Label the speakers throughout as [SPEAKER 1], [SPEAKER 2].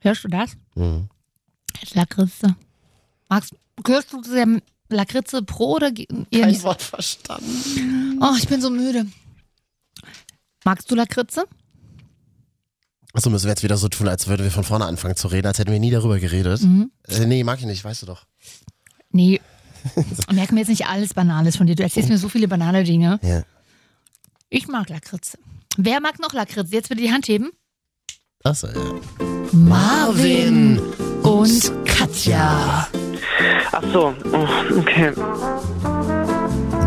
[SPEAKER 1] Hörst du das?
[SPEAKER 2] Mhm.
[SPEAKER 1] Das ist Lakritze. Magst, hörst du zu der Lakritze pro oder ge- eher
[SPEAKER 2] Kein
[SPEAKER 1] nicht?
[SPEAKER 2] Wort verstanden.
[SPEAKER 1] Oh, ich bin so müde. Magst du Lakritze?
[SPEAKER 2] Achso, müssen wir jetzt wieder so tun, als würden wir von vorne anfangen zu reden, als hätten wir nie darüber geredet.
[SPEAKER 1] Mhm.
[SPEAKER 2] Äh, nee, mag ich nicht, weißt du doch.
[SPEAKER 1] Nee. Merken wir jetzt nicht alles Banales von dir. Du erzählst mir so viele banale Dinge.
[SPEAKER 2] Ja.
[SPEAKER 1] Ich mag Lakritze. Wer mag noch Lakritze? Jetzt bitte die Hand heben.
[SPEAKER 2] Achso, ja.
[SPEAKER 1] und Katja.
[SPEAKER 3] Ach so, oh, okay.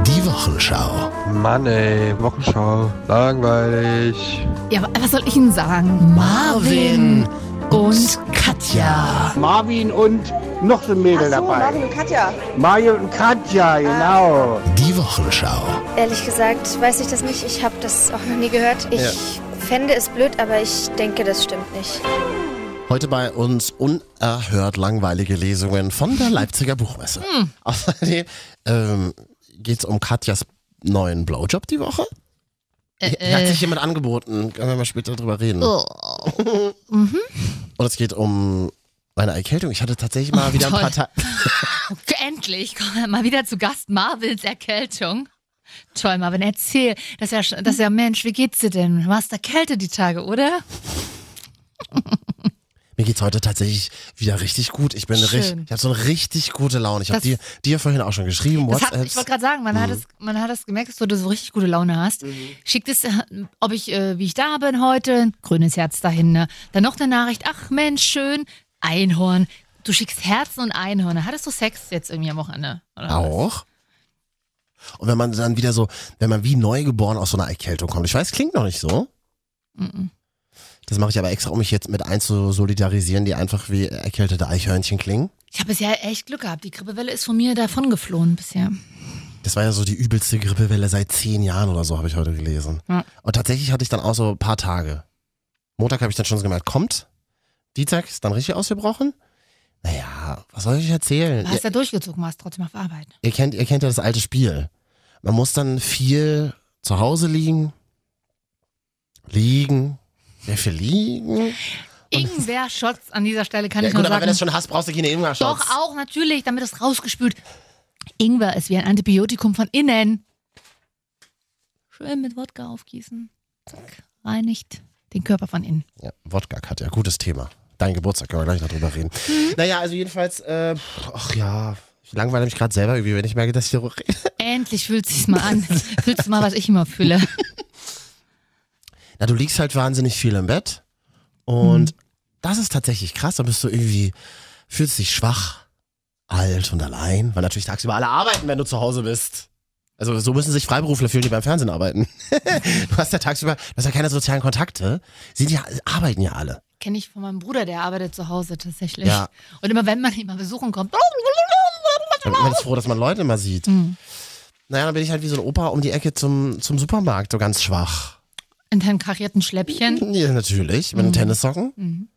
[SPEAKER 2] Die Wochenschau.
[SPEAKER 4] Mann ey, Wochenschau, langweilig.
[SPEAKER 1] Ja, aber was soll ich Ihnen sagen? Marvin und Katja.
[SPEAKER 5] Marvin und noch so ein Mädel dabei.
[SPEAKER 6] Marvin und Katja.
[SPEAKER 5] Mario und Katja, genau.
[SPEAKER 2] Die Wochenschau.
[SPEAKER 7] Ehrlich gesagt weiß ich das nicht. Ich habe das auch noch nie gehört. Ich fände es blöd, aber ich denke, das stimmt nicht.
[SPEAKER 2] Heute bei uns unerhört langweilige Lesungen von der Leipziger Buchmesse.
[SPEAKER 1] Hm.
[SPEAKER 2] Außerdem ähm, geht es um Katjas neuen Blowjob die Woche.
[SPEAKER 1] Äh,
[SPEAKER 2] Hat sich jemand angeboten, können wir mal später drüber reden.
[SPEAKER 1] Oh.
[SPEAKER 2] Und es geht um meine Erkältung. Ich hatte tatsächlich mal wieder
[SPEAKER 1] toll.
[SPEAKER 2] ein paar Tage.
[SPEAKER 1] Endlich, komm mal wieder zu Gast Marvins Erkältung. Toll, Marvin, erzähl. Das ist ja, sch- das ist ja Mensch, wie geht's dir denn? Du warst da Kälte die Tage, oder?
[SPEAKER 2] Mir geht's heute tatsächlich wieder richtig gut. Ich bin
[SPEAKER 1] Schön.
[SPEAKER 2] richtig, ich habe so eine richtig gute Laune. Ich habe
[SPEAKER 1] Das-
[SPEAKER 2] dir, dir vorhin auch schon geschrieben,
[SPEAKER 1] Das hat, ich
[SPEAKER 2] WhatsApps.
[SPEAKER 1] wollte gerade sagen, man, hat es, man hat es gemerkt, dass du da so richtig gute Laune hast. Schickt es, äh, ob ich, äh, wie ich da bin heute, ein grünes Herz dahin. Ne? Dann noch eine Nachricht, ach Mensch, schön, Einhorn. Du schickst Herzen und Einhörner. Hattest du Sex jetzt irgendwie am Wochenende? Oder was?
[SPEAKER 2] Auch. Und wenn man dann wieder so, wenn man wie neugeboren aus so einer Erkältung kommt. Ich weiß, klingt noch nicht so.
[SPEAKER 1] Mhm.
[SPEAKER 2] Das mache ich aber extra, um mich jetzt mit einzusolidarisieren, die einfach wie erkältete Eichhörnchen klingen.
[SPEAKER 1] Ich habe bisher echt Glück gehabt. Die Grippewelle ist von mir davon geflohen bisher.
[SPEAKER 2] Das war ja so die übelste Grippewelle seit zehn Jahren oder so, habe ich heute gelesen.
[SPEAKER 1] Ja.
[SPEAKER 2] Und tatsächlich hatte ich dann auch so ein paar Tage. Montag habe ich dann schon so gemerkt, kommt. Dienstag ist dann richtig ausgebrochen. Naja, was soll ich erzählen?
[SPEAKER 1] Du
[SPEAKER 2] Ihr,
[SPEAKER 1] hast ja durchgezogen, warst trotzdem auf Arbeit.
[SPEAKER 2] ihr, kennt, ihr kennt ja das alte Spiel. Man muss dann viel zu Hause liegen. Liegen. Sehr viel liegen.
[SPEAKER 1] Ingwer Schotz an dieser Stelle kann
[SPEAKER 2] Ja,
[SPEAKER 1] ich
[SPEAKER 2] gut,
[SPEAKER 1] nur
[SPEAKER 2] aber
[SPEAKER 1] sagen.
[SPEAKER 2] wenn du es schon hast, brauchst du keine Ingwer-Shots.
[SPEAKER 1] Doch auch natürlich, damit es rausgespült. Ingwer ist wie ein Antibiotikum von innen. Schön mit Wodka aufgießen. Zack, reinigt den Körper von innen.
[SPEAKER 2] Ja, Wodka hat ja gutes Thema. Dein Geburtstag, können wir gleich noch drüber reden.
[SPEAKER 1] Mhm.
[SPEAKER 2] Naja, also jedenfalls, äh, pff, ach ja, ich langweile mich gerade selber irgendwie, wenn ich merke, dass ich darüber rede.
[SPEAKER 1] Endlich fühlt sich's mal an. Fühlst du mal, was ich immer fühle?
[SPEAKER 2] Na, du liegst halt wahnsinnig viel im Bett und das ist tatsächlich krass. Da bist du irgendwie, fühlst dich schwach, alt und allein, weil natürlich tagsüber alle arbeiten, wenn du zu Hause bist. Also so müssen sich Freiberufler fühlen, die beim Fernsehen arbeiten. du hast ja tagsüber, du hast ja keine sozialen Kontakte. Sie ja, arbeiten ja alle.
[SPEAKER 1] Kenne ich von meinem Bruder, der arbeitet zu Hause tatsächlich.
[SPEAKER 2] Ja.
[SPEAKER 1] Und immer wenn man ihn mal besuchen kommt.
[SPEAKER 2] Man man ist froh, dass man Leute mal sieht.
[SPEAKER 1] Hm.
[SPEAKER 2] Naja, dann bin ich halt wie so ein Opa um die Ecke zum, zum Supermarkt, so ganz schwach.
[SPEAKER 1] In deinem karierten Schläppchen.
[SPEAKER 2] Ja, natürlich, mit den
[SPEAKER 1] Mhm.
[SPEAKER 2] Tennissocken.
[SPEAKER 1] Mhm.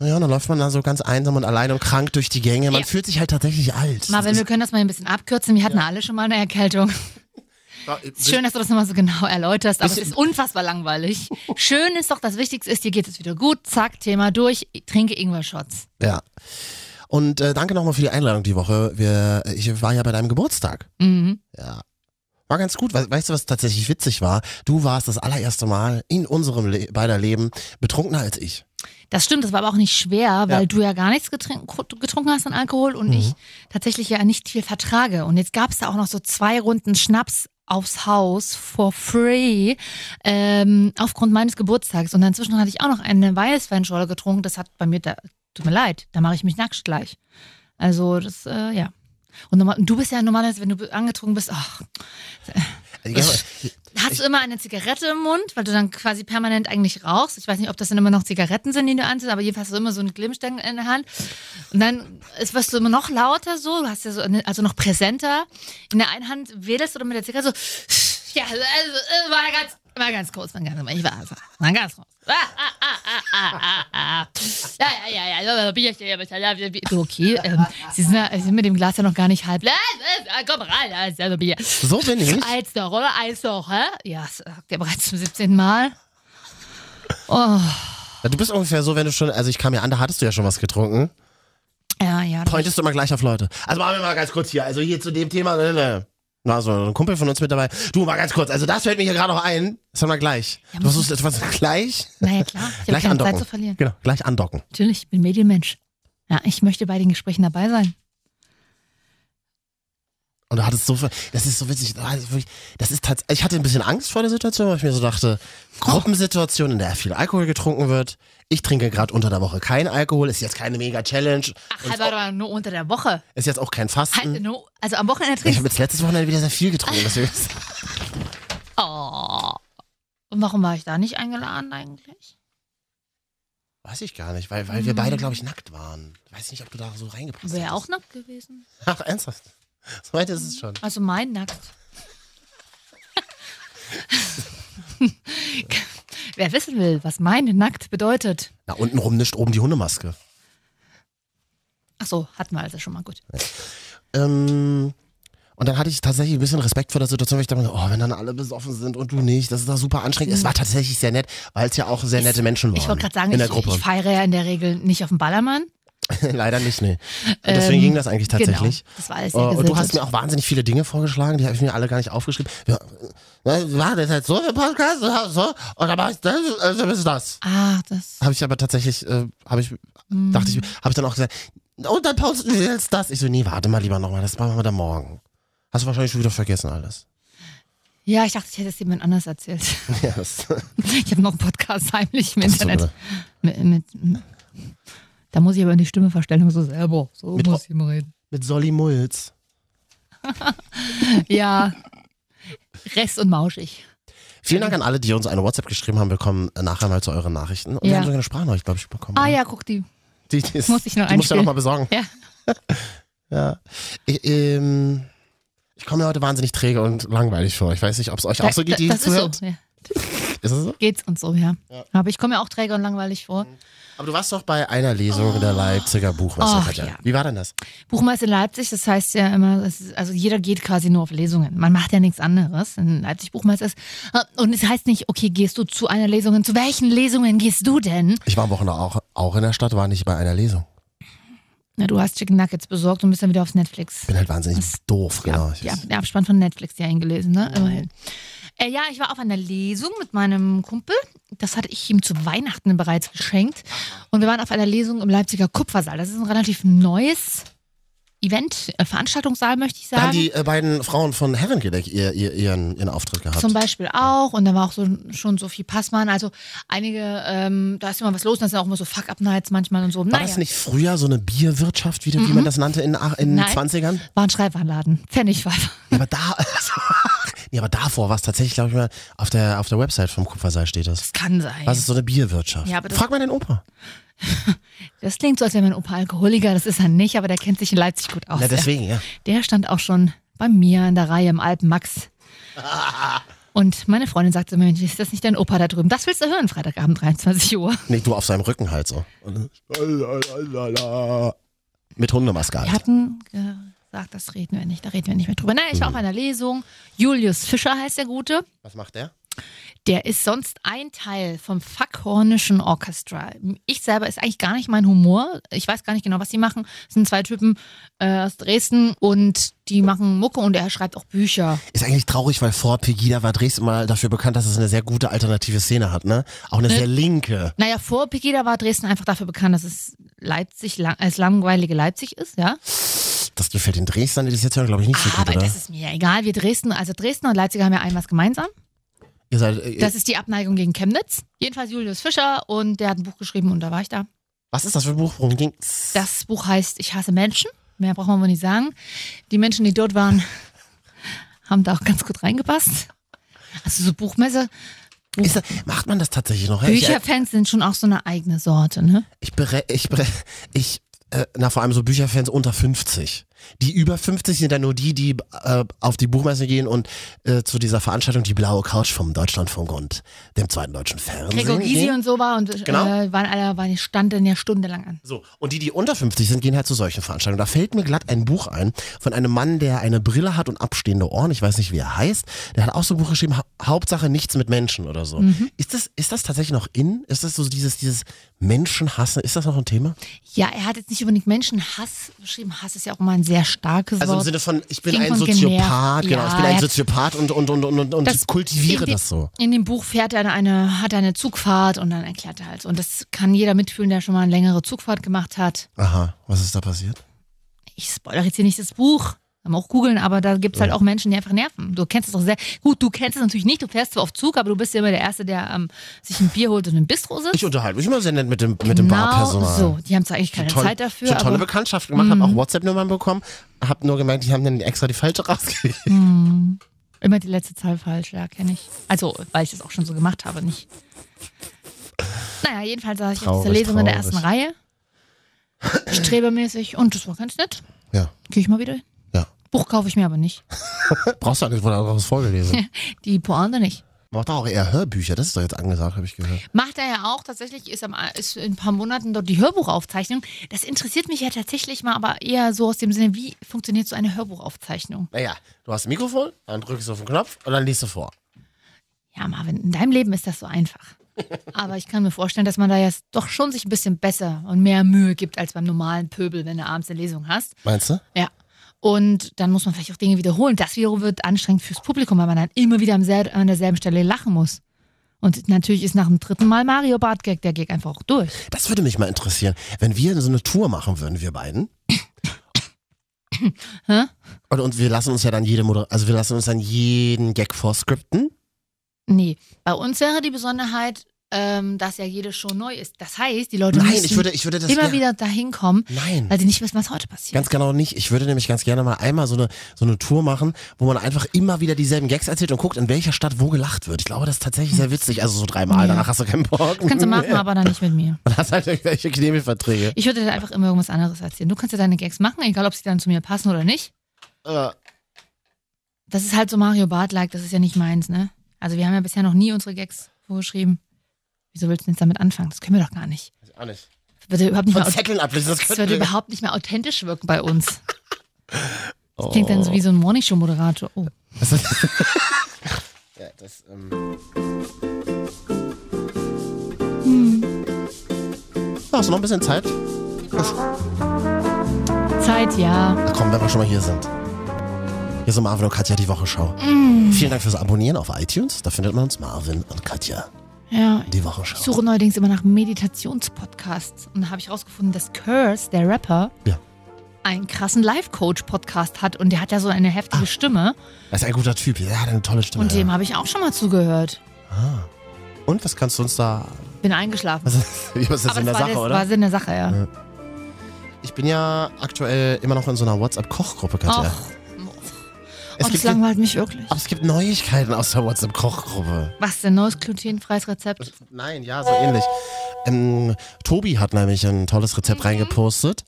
[SPEAKER 2] Naja, und dann läuft man da so ganz einsam und allein und krank durch die Gänge. Man
[SPEAKER 1] Ja.
[SPEAKER 2] fühlt sich halt tatsächlich alt.
[SPEAKER 1] Marvin, wir können das mal ein bisschen abkürzen. Wir hatten ja. alle schon mal eine Erkältung. Ist schön, dass du das nochmal so genau erläuterst, aber es ist unfassbar langweilig. Schön ist doch, das Wichtigste ist, dir geht es wieder gut. Zack, Thema durch. Ich Trinke Ingwer-Shots.
[SPEAKER 2] Ja. Und äh, danke nochmal für die Einladung die Woche. Wir, ich war ja bei deinem Geburtstag.
[SPEAKER 1] Mhm.
[SPEAKER 2] Ja. War ganz gut. We- Weißt du, was tatsächlich witzig war? Du warst das allererste Mal in unserem Le beider Leben betrunkener als ich.
[SPEAKER 1] Das stimmt, das war aber auch nicht schwer, weil
[SPEAKER 2] Ja.
[SPEAKER 1] du ja gar nichts getrink- getrunken hast an Alkohol und
[SPEAKER 2] Mhm.
[SPEAKER 1] ich tatsächlich ja nicht viel vertrage. Und jetzt gab es da auch noch so zwei Runden Schnaps aufs Haus for free ähm, aufgrund meines Geburtstags. Und inzwischen hatte ich auch noch eine Weißweinschorle getrunken. Das hat bei mir, da, tut mir leid, da mache ich mich nackt gleich. Also das, äh, ja. Und normal, du bist ja normalerweise, wenn du angetrunken bist, ach,
[SPEAKER 2] Also,
[SPEAKER 1] hast du immer eine Zigarette im Mund, weil du dann quasi permanent eigentlich rauchst. Ich weiß nicht, ob das dann immer noch Zigaretten sind, die du anziehst, aber jedenfalls hast du immer so einen Glimmstängel in der Hand. Und dann ist, wirst du immer noch lauter so, du hast ja so, eine, also noch präsenter. In der einen Hand wedelst du dann mit der Zigarette so, ja, also, äh, war ganz, war ganz kurz, war ganz, ich war, also, war ganz kurz. Ah, ah, ah, ah, ah, ah, ah. Ja, ja, ja, ja, ja, Bierchen, ja, bitte, ja, Bier, Bier. So, okay, ähm, sie, sind, ja- sie sind mit dem Glas ja noch gar nicht halb. leer. Ah, Komm rein, ja, ist ja Bier.
[SPEAKER 2] So bin ich.
[SPEAKER 1] Eins noch, äh, oder? Eins noch, hä? Ja, das sagt er bereits zum 17. Mal. Oh,
[SPEAKER 2] Du bist ungefähr so, wenn du schon, also ich kam ja an, da hattest du ja schon was getrunken.
[SPEAKER 1] Ja, ja. das-
[SPEAKER 2] Pointest du immer gleich auf Leute. Also machen wir mal ganz kurz hier, also hier zu dem Thema. Ne, ne. Na, so ein Kumpel von uns mit dabei. Du, mal ganz kurz, also das fällt mir hier gerade noch ein. Das haben wir gleich.
[SPEAKER 1] Ja,
[SPEAKER 2] du versuchst etwas gleich?
[SPEAKER 1] Naja, klar. Ich habe keine
[SPEAKER 2] Gleich
[SPEAKER 1] Zeit
[SPEAKER 2] andocken.
[SPEAKER 1] zu verlieren.
[SPEAKER 2] Genau, gleich andocken.
[SPEAKER 1] Natürlich, ich bin Medienmensch. Ja, ich möchte bei den Gesprächen dabei sein.
[SPEAKER 2] Und du hattest so viel, das ist so witzig. Ah, das ist wirklich- Das ist tats- ich hatte ein bisschen Angst vor der Situation, weil ich mir so dachte, Gruppensituation, in der viel Alkohol getrunken wird. Ich trinke gerade unter der Woche keinen Alkohol, ist jetzt keine Mega-Challenge,
[SPEAKER 1] Ach, aber doch nur unter der Woche.
[SPEAKER 2] ist jetzt auch kein
[SPEAKER 1] Halt,
[SPEAKER 2] Fasten.
[SPEAKER 1] nur, also am Wochenende
[SPEAKER 2] Ich
[SPEAKER 1] trinkst
[SPEAKER 2] habe jetzt letztes Wochenende wieder sehr viel getrunken, deswegen.
[SPEAKER 1] du. Oh. Und warum war ich da nicht eingeladen eigentlich?
[SPEAKER 2] Weiß ich gar nicht, weil, weil wir beide, glaube ich, nackt waren. Weiß nicht, ob du da so reingepasst
[SPEAKER 1] Wäre auch
[SPEAKER 2] hättest.
[SPEAKER 1] nackt gewesen.
[SPEAKER 2] Ach, ernsthaft? So weit ist es schon.
[SPEAKER 1] Also mein nackt. Wer wissen will, was mein nackt bedeutet.
[SPEAKER 2] Na, untenrum nischt oben die Hundemaske.
[SPEAKER 1] Ach so, hatten wir also schon mal gut.
[SPEAKER 2] Ähm, und dann hatte ich tatsächlich ein bisschen Respekt vor der Situation, weil ich dachte, oh, wenn dann alle besoffen sind und du nicht, das ist doch super anstrengend. Es war tatsächlich sehr nett, weil es ja auch sehr nette Menschen waren.
[SPEAKER 1] Mhm. Ich wollte gerade sagen,
[SPEAKER 2] in der
[SPEAKER 1] ich,
[SPEAKER 2] Gruppe.
[SPEAKER 1] ich feiere ja in der Regel nicht auf dem Ballermann.
[SPEAKER 2] Leider nicht, nee. Und deswegen
[SPEAKER 1] Ähm,
[SPEAKER 2] ging das eigentlich tatsächlich.
[SPEAKER 1] Genau, das war alles
[SPEAKER 2] Oh,
[SPEAKER 1] sehr
[SPEAKER 2] und du hast
[SPEAKER 1] gesittet.
[SPEAKER 2] mir auch wahnsinnig viele Dinge vorgeschlagen, die habe ich mir alle gar nicht aufgeschrieben. Ja, na, war das jetzt so im Podcast? Ja, So, und dann mach ich das, also ist das.
[SPEAKER 1] Ah, das.
[SPEAKER 2] Habe ich aber tatsächlich, äh, habe ich,
[SPEAKER 1] Mhm.
[SPEAKER 2] dachte ich, habe ich dann auch gesagt, und dann posten wir jetzt das. Ich so, nee, warte mal lieber nochmal, das machen wir dann morgen. Hast du wahrscheinlich schon wieder vergessen alles.
[SPEAKER 1] Ja, ich dachte, ich hätte es jemand anders erzählt.
[SPEAKER 2] Ja, das,
[SPEAKER 1] Ich habe noch einen Podcast heimlich im
[SPEAKER 2] Das ist so ne.
[SPEAKER 1] Internet. Mit, mit, da muss ich aber die Stimme verstellen, aber so selber. So
[SPEAKER 2] Mit
[SPEAKER 1] muss ich immer reden.
[SPEAKER 2] mit Solly Mulz.
[SPEAKER 1] Ja. Rest und mauschig.
[SPEAKER 2] Vielen Dank an alle, die uns eine WhatsApp geschrieben haben. Wir kommen nachher mal zu euren Nachrichten. Und wir
[SPEAKER 1] Ja.
[SPEAKER 2] haben sogar eine Sprachnachricht, glaube ich, bekommen.
[SPEAKER 1] Ah
[SPEAKER 2] oder?
[SPEAKER 1] ja, guck die.
[SPEAKER 2] Die, die ist,
[SPEAKER 1] Muss ich noch
[SPEAKER 2] die musst du ja
[SPEAKER 1] einspielen.
[SPEAKER 2] nochmal besorgen.
[SPEAKER 1] Ja.
[SPEAKER 2] ja. Ich, ähm, ich komme mir heute wahnsinnig träge und langweilig vor. Ich weiß nicht, ob es euch auch so geht, die
[SPEAKER 1] das
[SPEAKER 2] zuhört.
[SPEAKER 1] ist so. Ja.
[SPEAKER 2] Ist es so?
[SPEAKER 1] Geht's uns so, ja.
[SPEAKER 2] Ja.
[SPEAKER 1] Aber ich komme mir auch träge und langweilig vor.
[SPEAKER 2] Aber du warst doch bei einer Lesung in der Leipziger Buchmesse.
[SPEAKER 1] Ach,
[SPEAKER 2] Katja.
[SPEAKER 1] Oh. ja.
[SPEAKER 2] Wie war denn das?
[SPEAKER 1] Buchmesse in Leipzig, das heißt ja immer, es ist, also jeder geht quasi nur auf Lesungen. Man macht ja nichts anderes. In Leipzig Buchmesse ist. Äh, Und es heißt nicht, okay, gehst du zu einer Lesung? hin? Zu welchen Lesungen gehst du denn?
[SPEAKER 2] Ich war am Wochenende auch, auch in der Stadt, war nicht bei einer Lesung.
[SPEAKER 1] Na, du hast Chicken Nuggets besorgt und bist dann wieder auf Netflix.
[SPEAKER 2] Bin halt wahnsinnig doof, genau. Ich
[SPEAKER 1] Ja,
[SPEAKER 2] weiß.
[SPEAKER 1] der Abspann von Netflix, ja, eingelesen, ne? Immerhin. Äh, ja, ich war auf einer Lesung mit meinem Kumpel. Das hatte ich ihm zu Weihnachten bereits geschenkt. Und wir waren auf einer Lesung im Leipziger Kupfersaal. Das ist ein relativ neues Event, äh, Veranstaltungssaal, möchte ich
[SPEAKER 2] Da haben
[SPEAKER 1] sagen.
[SPEAKER 2] die äh, beiden Frauen von Herrengedeck ihr, ihr, ihren, ihren Auftritt gehabt.
[SPEAKER 1] Zum Beispiel auch. Und da war auch so, schon Sophie Passmann. Also einige, ähm, da ist immer was los. Da sind auch immer so Fuck-Up-Nights manchmal und so.
[SPEAKER 2] war
[SPEAKER 1] Naja,
[SPEAKER 2] das nicht früher so eine Bierwirtschaft, wie, wie man das nannte in den in den
[SPEAKER 1] Mhm. Nein.
[SPEAKER 2] 20ern?
[SPEAKER 1] war ein Schreibwarenladen. Pfennigpfeifer.
[SPEAKER 2] Ja, aber da. Also, nee, aber davor war es tatsächlich, glaube ich mal, auf der, auf der Website vom Kupfersaal steht das.
[SPEAKER 1] Das kann sein.
[SPEAKER 2] Was ist so eine Bierwirtschaft?
[SPEAKER 1] Ja, aber das- Oh,
[SPEAKER 2] Frag mal den Opa.
[SPEAKER 1] Das klingt so, als wäre mein Opa Alkoholiker. Das ist er nicht, aber der kennt sich in Leipzig gut aus.
[SPEAKER 2] Na, deswegen, ja.
[SPEAKER 1] Der stand auch schon bei mir in der Reihe im Alpenmax. Und meine Freundin sagte mir, Mensch, ist das nicht dein Opa da drüben? Das willst du hören, Freitagabend, 23 Uhr.
[SPEAKER 2] Nee, du auf seinem Rücken halt so. Und- Mit Hundemaske
[SPEAKER 1] Wir
[SPEAKER 2] halt.
[SPEAKER 1] hatten gesagt, das reden wir nicht, da reden wir nicht mehr drüber. Nein, ich war auf einer Lesung. Julius Fischer heißt der Gute.
[SPEAKER 2] Was macht der?
[SPEAKER 1] Der ist sonst ein Teil vom Fackhornischen Orchestra. Ich selber ist eigentlich gar nicht mein Humor. Ich weiß gar nicht genau, was die machen. Es sind zwei Typen äh, aus Dresden und die machen Mucke und er schreibt auch Bücher.
[SPEAKER 2] Ist eigentlich traurig, weil vor Pegida war Dresden mal dafür bekannt, dass es eine sehr gute alternative Szene hat, ne? Auch eine sehr linke.
[SPEAKER 1] Naja, vor Pegida war Dresden einfach dafür bekannt, dass es Leipzig, lang, als langweilige Leipzig ist, ja.
[SPEAKER 2] Das gefällt den Dresdnern, die das jetzt hören, glaube ich, nicht so gut,
[SPEAKER 1] Ah, Aber
[SPEAKER 2] oder?
[SPEAKER 1] das ist mir ja egal. Wir Dresden, also Dresden und Leipzig haben ja ein was gemeinsam.
[SPEAKER 2] Ihr seid, äh,
[SPEAKER 1] Das ist die Abneigung gegen Chemnitz. Jedenfalls Julius Fischer und der hat ein Buch geschrieben und da war ich da.
[SPEAKER 2] was ist das für ein Buch? Worum ging's?
[SPEAKER 1] Das Buch heißt Ich hasse Menschen. Mehr braucht man wohl nicht sagen. Die Menschen, die dort waren, haben da auch ganz gut reingepasst. Also so Buchmesse,
[SPEAKER 2] Ist das, macht man das tatsächlich noch? Ja, ich- äh,
[SPEAKER 1] Bücherfans sind schon auch so eine eigene Sorte, ne?
[SPEAKER 2] Ich bere, ich bere, ich, äh, na vor allem so Bücherfans unter 50. Die über 50 sind ja nur die, die äh, auf die Buchmesse gehen und äh, zu dieser Veranstaltung die blaue Couch vom Deutschlandfunk und dem zweiten deutschen Fernsehen.
[SPEAKER 1] Gregor Gysi
[SPEAKER 2] gehen.
[SPEAKER 1] und so war und
[SPEAKER 2] Genau.
[SPEAKER 1] äh, waren alle, waren, standen ja stundenlang an.
[SPEAKER 2] So, und die, die unter 50 sind, gehen halt zu solchen Veranstaltungen. Da fällt mir glatt ein Buch ein von einem Mann, der eine Brille hat und abstehende Ohren. Ich weiß nicht, wie er heißt. Der hat auch so ein Buch geschrieben, Hau- Hauptsache nichts mit Menschen oder so.
[SPEAKER 1] Mhm.
[SPEAKER 2] Ist, das, ist das tatsächlich noch in? Ist das so dieses, dieses Menschenhassen? Ist das noch ein Thema?
[SPEAKER 1] Ja, er hat jetzt nicht unbedingt Menschenhass geschrieben. Hass ist ja auch immer ein sehr starkes
[SPEAKER 2] Also im
[SPEAKER 1] Wort.
[SPEAKER 2] Sinne von, ich bin
[SPEAKER 1] Klingt
[SPEAKER 2] ein
[SPEAKER 1] von
[SPEAKER 2] Soziopath,
[SPEAKER 1] genervt.
[SPEAKER 2] genau, ich
[SPEAKER 1] Ja,
[SPEAKER 2] bin ein
[SPEAKER 1] ja.
[SPEAKER 2] Soziopath und, und, und, und, und, und
[SPEAKER 1] Das
[SPEAKER 2] kultiviere
[SPEAKER 1] klingt-
[SPEAKER 2] das so.
[SPEAKER 1] In dem Buch fährt er eine, hat er eine Zugfahrt und dann erklärt er halt. so. Und das kann jeder mitfühlen, der schon mal eine längere Zugfahrt gemacht hat.
[SPEAKER 2] Aha, was ist da passiert?
[SPEAKER 1] Ich spoilere jetzt hier nicht das Buch. Kann man auch googeln, aber da gibt es halt auch Menschen, die einfach nerven. Du kennst es doch sehr gut. Du kennst es natürlich nicht. Du fährst zwar auf Zug, aber du bist ja immer der Erste, der ähm, sich ein Bier holt und im Bistro sitzt.
[SPEAKER 2] Ich unterhalte mich immer sehr nett mit dem, mit dem Barpersonal.
[SPEAKER 1] Genau, So, die haben zwar eigentlich
[SPEAKER 2] Ich hab
[SPEAKER 1] keine
[SPEAKER 2] toll-
[SPEAKER 1] Zeit dafür.
[SPEAKER 2] Ich habe tolle
[SPEAKER 1] aber, Mhm.
[SPEAKER 2] Bekanntschaften gemacht, habe auch WhatsApp-Nummern bekommen, habe nur gemerkt, die haben dann extra die falsche rausgegeben.
[SPEAKER 1] Immer die letzte Zahl falsch, ja, kenne ich. Also, weil ich das auch schon so gemacht habe, nicht. Naja, jedenfalls saß ich auf dieser
[SPEAKER 2] Traurig,
[SPEAKER 1] Lesung in der ersten
[SPEAKER 2] traurig.
[SPEAKER 1] Reihe. Strebermäßig und das war ganz nett.
[SPEAKER 2] Ja.
[SPEAKER 1] Gehe ich mal wieder hin.
[SPEAKER 2] Ja.
[SPEAKER 1] Buch kaufe ich mir aber nicht.
[SPEAKER 2] Brauchst du eigentlich, wurde auch was vorgelesen.
[SPEAKER 1] Die Pointe nicht.
[SPEAKER 2] Macht auch eher Hörbücher, das ist doch jetzt angesagt, habe ich gehört.
[SPEAKER 1] Macht er ja auch. Tatsächlich ist, am, ist in ein paar Monaten dort die Hörbuchaufzeichnung. Das interessiert mich ja tatsächlich mal, aber eher so aus dem Sinne, wie funktioniert so eine Hörbuchaufzeichnung?
[SPEAKER 2] Naja, du hast ein Mikrofon, dann drückst du auf den Knopf und dann liest du vor.
[SPEAKER 1] Ja, Marvin, in deinem Leben ist das so einfach. Aber ich kann mir vorstellen, dass man da jetzt doch schon sich ein bisschen besser und mehr Mühe gibt als beim normalen Pöbel, wenn du abends eine Lesung hast.
[SPEAKER 2] Meinst du?
[SPEAKER 1] Ja. Und dann muss man vielleicht auch Dinge wiederholen. Das wiederum wird anstrengend fürs Publikum, weil man dann immer wieder am sel- an derselben Stelle lachen muss. Und natürlich ist nach dem dritten Mal Mario Bart Gag der Gag einfach auch durch.
[SPEAKER 2] Das würde mich mal interessieren. Wenn wir so eine Tour machen würden, wir beiden.
[SPEAKER 1] Hä?
[SPEAKER 2] Und, und wir lassen uns ja dann jede Moder also wir lassen uns dann jeden Gag vorskripten.
[SPEAKER 1] Nee, bei uns wäre die Besonderheit, ähm, dass ja jede Show neu ist. Das heißt, die Leute
[SPEAKER 2] Nein,
[SPEAKER 1] müssen
[SPEAKER 2] ich würde, ich würde das
[SPEAKER 1] immer
[SPEAKER 2] gerne-
[SPEAKER 1] wieder dahin kommen,
[SPEAKER 2] Nein.
[SPEAKER 1] weil sie nicht wissen, was heute passiert.
[SPEAKER 2] Ganz genau nicht. Ich würde nämlich ganz gerne mal einmal so eine, so eine Tour machen, wo man einfach immer wieder dieselben Gags erzählt und guckt, in welcher Stadt wo gelacht wird. Ich glaube, das ist tatsächlich sehr witzig. Also so dreimal,
[SPEAKER 1] Hm. Ja.
[SPEAKER 2] danach hast du keinen Bock.
[SPEAKER 1] das kannst du machen,
[SPEAKER 2] mehr.
[SPEAKER 1] aber dann nicht mit mir.
[SPEAKER 2] Und hast halt irgendwelche Knebelverträge.
[SPEAKER 1] Ich würde dir einfach immer irgendwas anderes erzählen. Du kannst ja deine Gags machen, egal ob sie dann zu mir passen oder nicht.
[SPEAKER 2] Äh,
[SPEAKER 1] Das ist halt so Mario Bart-like, das ist ja nicht meins, ne? Also wir haben ja bisher noch nie unsere Gags vorgeschrieben. Wieso willst du denn jetzt damit anfangen? Das können wir doch gar nicht.
[SPEAKER 2] weiß auch nicht.
[SPEAKER 1] Das würde überhaupt nicht,
[SPEAKER 2] Von
[SPEAKER 1] mehr, aut-
[SPEAKER 2] Zetteln ablesen, das
[SPEAKER 1] das
[SPEAKER 2] könnte
[SPEAKER 1] würde überhaupt nicht mehr authentisch wirken bei uns. Das klingt dann so wie so ein Morningshow-Moderator. Oh.
[SPEAKER 2] Das ist- ja, das, ähm.
[SPEAKER 1] Hm.
[SPEAKER 2] Ja, hast du noch ein bisschen Zeit?
[SPEAKER 1] Zeit, ja.
[SPEAKER 2] Ach komm, wenn wir schon mal hier sind. Hier sind Marvin und Katja, die Wochenschau.
[SPEAKER 1] Mm.
[SPEAKER 2] Vielen Dank fürs Abonnieren auf iTunes. Da findet man uns Marvin und Katja,
[SPEAKER 1] Ja.
[SPEAKER 2] die
[SPEAKER 1] Ich
[SPEAKER 2] Wochenschau.
[SPEAKER 1] suche neuerdings immer nach Meditationspodcasts und da habe ich rausgefunden, dass Curse, der Rapper,
[SPEAKER 2] Ja.
[SPEAKER 1] einen krassen Life-Coach-Podcast hat und der hat ja so eine heftige Stimme
[SPEAKER 2] Das ist ein guter Typ, der hat eine tolle Stimme.
[SPEAKER 1] und
[SPEAKER 2] Ah. ja.
[SPEAKER 1] dem habe ich auch schon mal zugehört.
[SPEAKER 2] und was kannst du uns da.
[SPEAKER 1] Bin eingeschlafen.
[SPEAKER 2] Was ist, was ist das
[SPEAKER 1] Aber
[SPEAKER 2] in der
[SPEAKER 1] das war,
[SPEAKER 2] Sache,
[SPEAKER 1] das war
[SPEAKER 2] oder?
[SPEAKER 1] Sinn der Sache, ja.
[SPEAKER 2] Ich bin ja aktuell immer noch in so einer WhatsApp-Kochgruppe, Katja.
[SPEAKER 1] Och,
[SPEAKER 2] Es
[SPEAKER 1] oh, das
[SPEAKER 2] gibt-
[SPEAKER 1] langweilt mich wirklich.
[SPEAKER 2] Aber es gibt Neuigkeiten aus der WhatsApp-Kochgruppe.
[SPEAKER 1] Was denn? Neues glutenfreies Rezept?
[SPEAKER 2] Nein, ja, so ähnlich. Ähm, Tobi hat nämlich ein tolles Rezept reingepostet.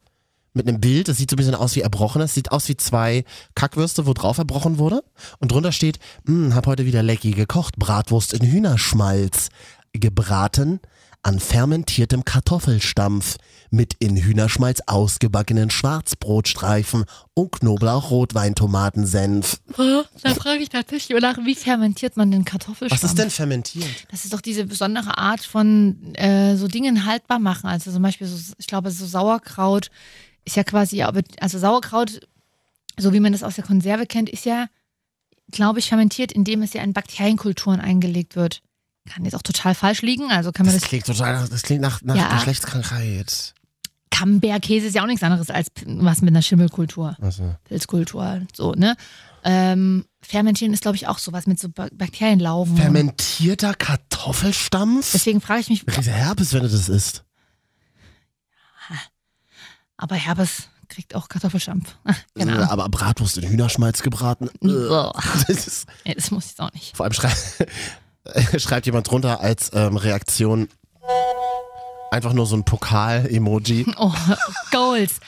[SPEAKER 2] Mit einem Bild, das sieht so ein bisschen aus wie erbrochen. Es sieht aus wie zwei Kackwürste, wo drauf erbrochen wurde. Und drunter steht, "Hm, hab heute wieder lecky gekocht. Bratwurst in Hühnerschmalz. Gebraten an fermentiertem Kartoffelstampf. Mit in Hühnerschmalz ausgebackenen Schwarzbrotstreifen und Knoblauch-Rotweintomatensenf.
[SPEAKER 1] Oh, Da frage ich tatsächlich nach, wie fermentiert man den Kartoffelstampf?
[SPEAKER 2] Was ist denn fermentiert?
[SPEAKER 1] Das ist doch diese besondere Art von äh, so Dingen haltbar machen. Also zum Beispiel, so, ich glaube, so Sauerkraut ist ja quasi, aber- also Sauerkraut, so wie man das aus der Konserve kennt, ist ja, glaube ich, fermentiert, indem es ja in Bakterienkulturen eingelegt wird. Kann jetzt auch total falsch liegen, also kann man
[SPEAKER 2] Das
[SPEAKER 1] das.
[SPEAKER 2] klingt total, nach- das klingt nach, nach
[SPEAKER 1] Ja.
[SPEAKER 2] Geschlechtskrankheit.
[SPEAKER 1] Camembert-Käse ist ja auch nichts anderes als was mit einer Schimmelkultur.
[SPEAKER 2] Also.
[SPEAKER 1] Pilzkultur, so, ne? Ähm, fermentieren ist, glaube ich, auch sowas mit so Ba- Bakterienlaufen.
[SPEAKER 2] Fermentierter Kartoffelstampf?
[SPEAKER 1] Deswegen frage ich mich,
[SPEAKER 2] Riese Herpes, wenn du das isst.
[SPEAKER 1] aber Herbes kriegt auch Kartoffelstampf. genau.
[SPEAKER 2] Aber Bratwurst in Hühnerschmalz gebraten. Äh,
[SPEAKER 1] So.
[SPEAKER 2] Das ist,
[SPEAKER 1] Nee, das muss ich jetzt auch nicht.
[SPEAKER 2] vor allem schrei schreibt jemand drunter als ähm, Reaktion einfach nur so ein Pokal-Emoji.
[SPEAKER 1] Oh, Goals.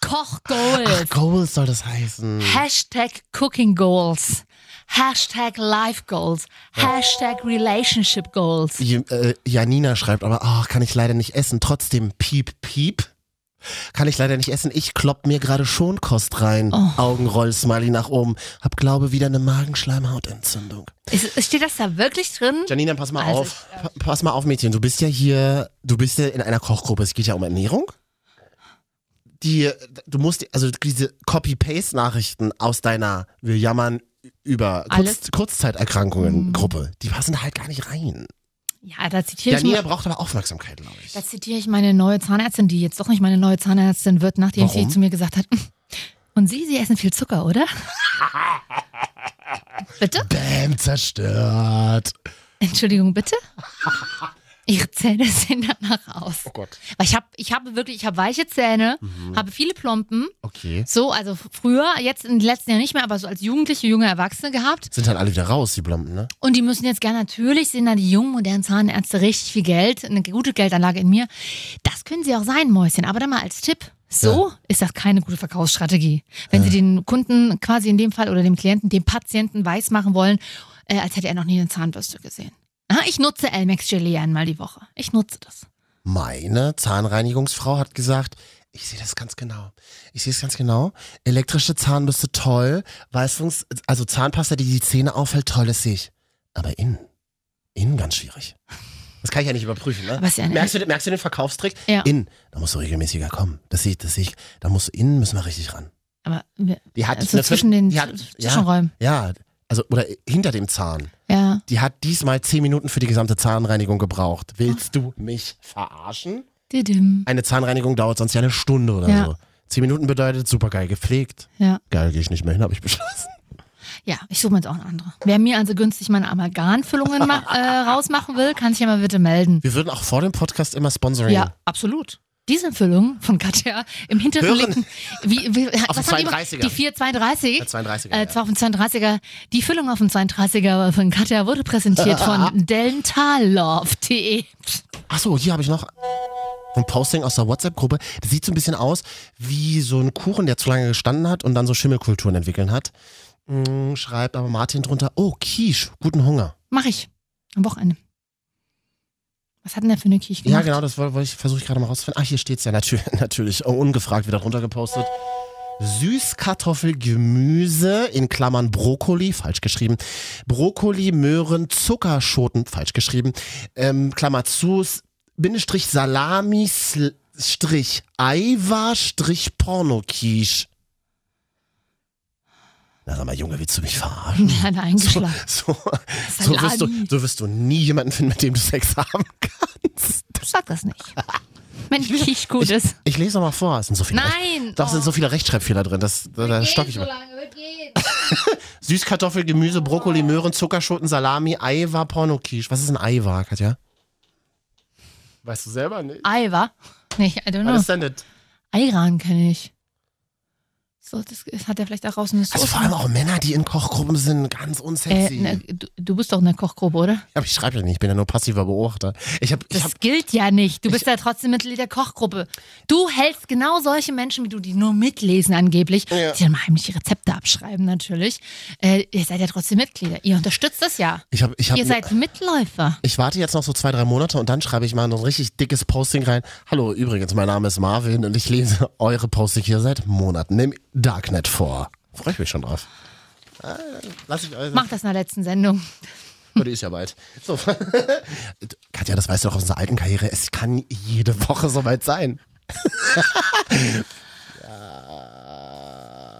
[SPEAKER 1] Koch Goals.
[SPEAKER 2] Ach, Goals soll das heißen.
[SPEAKER 1] Hashtag Cooking Goals. Hashtag Life Goals. Hashtag Relationship Goals.
[SPEAKER 2] Je- äh, Janina schreibt aber, ach, kann ich leider nicht essen. Trotzdem, piep, piep. Kann ich leider nicht essen. Ich klopp mir gerade schon Kost rein.
[SPEAKER 1] Oh.
[SPEAKER 2] Augenroll, Smiley nach oben. Hab, glaube wieder eine Magenschleimhautentzündung.
[SPEAKER 1] Ist, steht das da wirklich drin?
[SPEAKER 2] Janina, pass mal
[SPEAKER 1] Also
[SPEAKER 2] auf. Pa- pass mal auf, Mädchen. Du bist ja hier, du bist ja in einer Kochgruppe. Es geht ja um Ernährung. Die, du musst, also diese Copy-Paste-Nachrichten aus deiner Wir jammern über Kurz,
[SPEAKER 1] Alles. Mhm.
[SPEAKER 2] Kurzzeiterkrankungen-Gruppe, die passen da halt gar nicht rein.
[SPEAKER 1] Ja, da zitiere ich,
[SPEAKER 2] Janina
[SPEAKER 1] mir,
[SPEAKER 2] braucht aber Aufmerksamkeit, glaube ich.
[SPEAKER 1] da zitiere ich meine neue Zahnärztin, die jetzt doch nicht meine neue Zahnärztin wird, nachdem
[SPEAKER 2] Warum?
[SPEAKER 1] sie zu mir gesagt hat, "Hm, und Sie, Sie essen viel Zucker, oder? bitte?
[SPEAKER 2] Bäm, zerstört.
[SPEAKER 1] Entschuldigung, bitte? Ihre Zähne sehen danach aus.
[SPEAKER 2] Gott.
[SPEAKER 1] Weil ich habe ich hab wirklich, ich habe weiche Zähne, habe viele Plompen.
[SPEAKER 2] Okay.
[SPEAKER 1] So, also f- früher, jetzt in den letzten Jahren nicht mehr, aber so als Jugendliche, junge Erwachsene gehabt.
[SPEAKER 2] Sind dann alle wieder raus, die Blompen, ne?
[SPEAKER 1] Und die müssen jetzt gerne natürlich, sehen da die jungen, modernen Zahnärzte richtig viel Geld, eine gute Geldanlage in mir. Das können sie auch sein, Mäuschen. Aber dann mal als Tipp. So ist das keine gute Verkaufsstrategie. Wenn sie den Kunden quasi in dem Fall oder dem Klienten, dem Patienten weismachen wollen, äh, als hätte er noch nie eine Zahnbürste gesehen. Aha, ich nutze Elmex Gelee einmal die Woche. Ich nutze das.
[SPEAKER 2] Meine Zahnreinigungsfrau hat gesagt, ich sehe das ganz genau. Ich sehe es ganz genau. Elektrische Zahnbürste toll. Weißungs also Zahnpasta, die die Zähne aufhält, toll, das sehe ich. Aber innen. Innen ganz schwierig. Das kann ich ja nicht überprüfen, ne?
[SPEAKER 1] Aber ist ja eine-
[SPEAKER 2] merkst, du, den- merkst du den Verkaufstrick?
[SPEAKER 1] Ja.
[SPEAKER 2] Innen. Da musst du regelmäßiger kommen. Das sehe ich, das sehe ich. Da musst du innen müssen wir richtig ran.
[SPEAKER 1] Aber wir-
[SPEAKER 2] Die hat
[SPEAKER 1] also
[SPEAKER 2] eine
[SPEAKER 1] zwischen
[SPEAKER 2] Viertel-
[SPEAKER 1] den
[SPEAKER 2] die hat- ja,
[SPEAKER 1] Zwischenräumen.
[SPEAKER 2] ja, also oder hinter dem Zahn.
[SPEAKER 1] Ja.
[SPEAKER 2] Die hat diesmal 10 Minuten für die gesamte Zahnreinigung gebraucht. Willst du mich verarschen?
[SPEAKER 1] Didim.
[SPEAKER 2] Eine Zahnreinigung dauert sonst ja eine Stunde oder
[SPEAKER 1] Ja.
[SPEAKER 2] so. 10 Minuten bedeutet supergeil gepflegt.
[SPEAKER 1] Ja.
[SPEAKER 2] Geil, gehe ich nicht mehr hin, habe ich beschlossen.
[SPEAKER 1] Ja, ich suche mir jetzt auch eine andere. Wer mir also günstig meine Amalgamfüllungen ma äh, rausmachen will, kann sich ja mal bitte melden.
[SPEAKER 2] Wir würden auch vor dem Podcast immer Sponsoring.
[SPEAKER 1] Ja, absolut. Diese Füllung von Katja im hinteren
[SPEAKER 2] Hören.
[SPEAKER 1] linken. Wie, wie,
[SPEAKER 2] Auf
[SPEAKER 1] was
[SPEAKER 2] dem
[SPEAKER 1] haben die immer?
[SPEAKER 2] 32er.
[SPEAKER 1] Die 432.
[SPEAKER 2] Der 32er.
[SPEAKER 1] Äh,
[SPEAKER 2] ja.
[SPEAKER 1] zwar auf dem 32er. Die Füllung auf dem 32er von Katja wurde präsentiert von dentalove.de.
[SPEAKER 2] Achso, hier habe ich noch ein Posting aus der WhatsApp-Gruppe. Das sieht so ein bisschen aus wie so ein Kuchen, der zu lange gestanden hat und dann so Schimmelkulturen entwickeln hat. Hm, Schreibt aber Martin drunter, oh, Quiche, guten Hunger.
[SPEAKER 1] Mach ich. Am Wochenende. Was hat denn der für eine Kirche
[SPEAKER 2] Ja,
[SPEAKER 1] gemacht?
[SPEAKER 2] genau, das woll- wollte ich, versuche ich gerade mal rauszufinden. Ah, hier steht's ja natürlich, natürlich oh, ungefragt wieder runtergepostet. Süßkartoffelgemüse in Klammern Brokkoli, falsch geschrieben. Brokkoli, Möhren, Zuckerschoten, falsch geschrieben. Ähm, Klammer zu, S- Bindestrich Salami, Sl Strich Eiwa, Strich Pornokisch. Na sag mal, Junge, willst du mich verarschen?
[SPEAKER 1] Ja, da eingeschlagen.
[SPEAKER 2] genau. So, so, wirst du,
[SPEAKER 1] Salami.
[SPEAKER 2] so wirst du nie jemanden finden, mit dem du Sex haben kannst.
[SPEAKER 1] Sag das nicht. Wenn die Kirche gut
[SPEAKER 2] Ich-
[SPEAKER 1] ist.
[SPEAKER 2] Ich lese noch mal vor. Es sind so viele Recht-
[SPEAKER 1] Nein!
[SPEAKER 2] Doch, es sind
[SPEAKER 1] Oh.
[SPEAKER 2] so viele Rechtschreibfehler drin. Das, da da stock ich mal.
[SPEAKER 1] lange, wird gehen.
[SPEAKER 2] Süßkartoffel, Gemüse, Brokkoli, Möhren, Zuckerschoten, Salami, Eiwa, Pornokisch. Was ist ein Eiwa, Katja? Weißt du selber nicht.
[SPEAKER 1] Aiwa? Nee, I don't
[SPEAKER 2] Was
[SPEAKER 1] know.
[SPEAKER 2] ist denn das?
[SPEAKER 1] Ayran kenne ich. So, das hat er vielleicht auch raus.
[SPEAKER 2] Also vor allem auch Männer, die in Kochgruppen sind, ganz unsexy.
[SPEAKER 1] äh, ne, du, du bist doch in der Kochgruppe, oder?
[SPEAKER 2] Aber ich schreibe ja nicht, ich bin ja nur passiver Beobachter. Ich habe ich
[SPEAKER 1] Das
[SPEAKER 2] hab,
[SPEAKER 1] gilt ja nicht. Du bist ja trotzdem Mitglied der Kochgruppe. Du hältst genau solche Menschen, wie du, die nur mitlesen angeblich, die dann mal heimlich Rezepte abschreiben natürlich. Äh, ihr seid ja trotzdem Mitglieder. Ihr unterstützt das ja.
[SPEAKER 2] ich hab, ich hab, ne-
[SPEAKER 1] Ihr seid Mitläufer.
[SPEAKER 2] Ich warte jetzt noch so zwei, drei Monate und dann schreibe ich mal noch ein richtig dickes Posting rein. Hallo, übrigens, mein Name ist Marvin und ich lese eure Posting hier seit Monaten im Darknet vor. Freue ich mich schon drauf. Ah, Lass ich euch.
[SPEAKER 1] Mach das in der letzten Sendung.
[SPEAKER 2] Oh, die ist ja bald. So. Katja, das weißt du doch aus unserer alten Karriere. Es kann jede Woche soweit sein.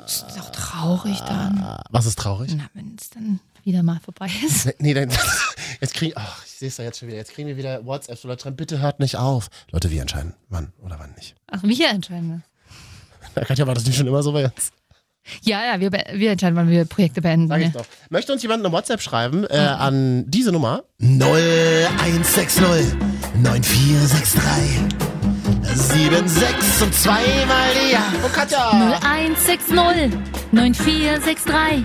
[SPEAKER 1] Das ist doch traurig dann.
[SPEAKER 2] Ah, Was ist traurig?
[SPEAKER 1] Na, wenn es dann wieder mal vorbei ist.
[SPEAKER 2] Nee, dann, jetzt kriegen, ach, ich sehe es da jetzt schon wieder. Jetzt kriegen wir wieder WhatsApps oder schreiben, bitte hört nicht auf. Leute, wir entscheiden, wann oder wann nicht.
[SPEAKER 1] Ach, wir entscheiden das.
[SPEAKER 2] Katja, war das nicht schon immer so bei uns?
[SPEAKER 1] Ja, ja, wir, be- wir entscheiden, wann wir Projekte beenden.
[SPEAKER 2] Sag ich
[SPEAKER 1] ja.
[SPEAKER 2] doch. Möchte uns jemand eine WhatsApp schreiben äh, an diese Nummer? 0160 9463 76 und zweimal die Ja. Oh, Katja!
[SPEAKER 1] 0160 9463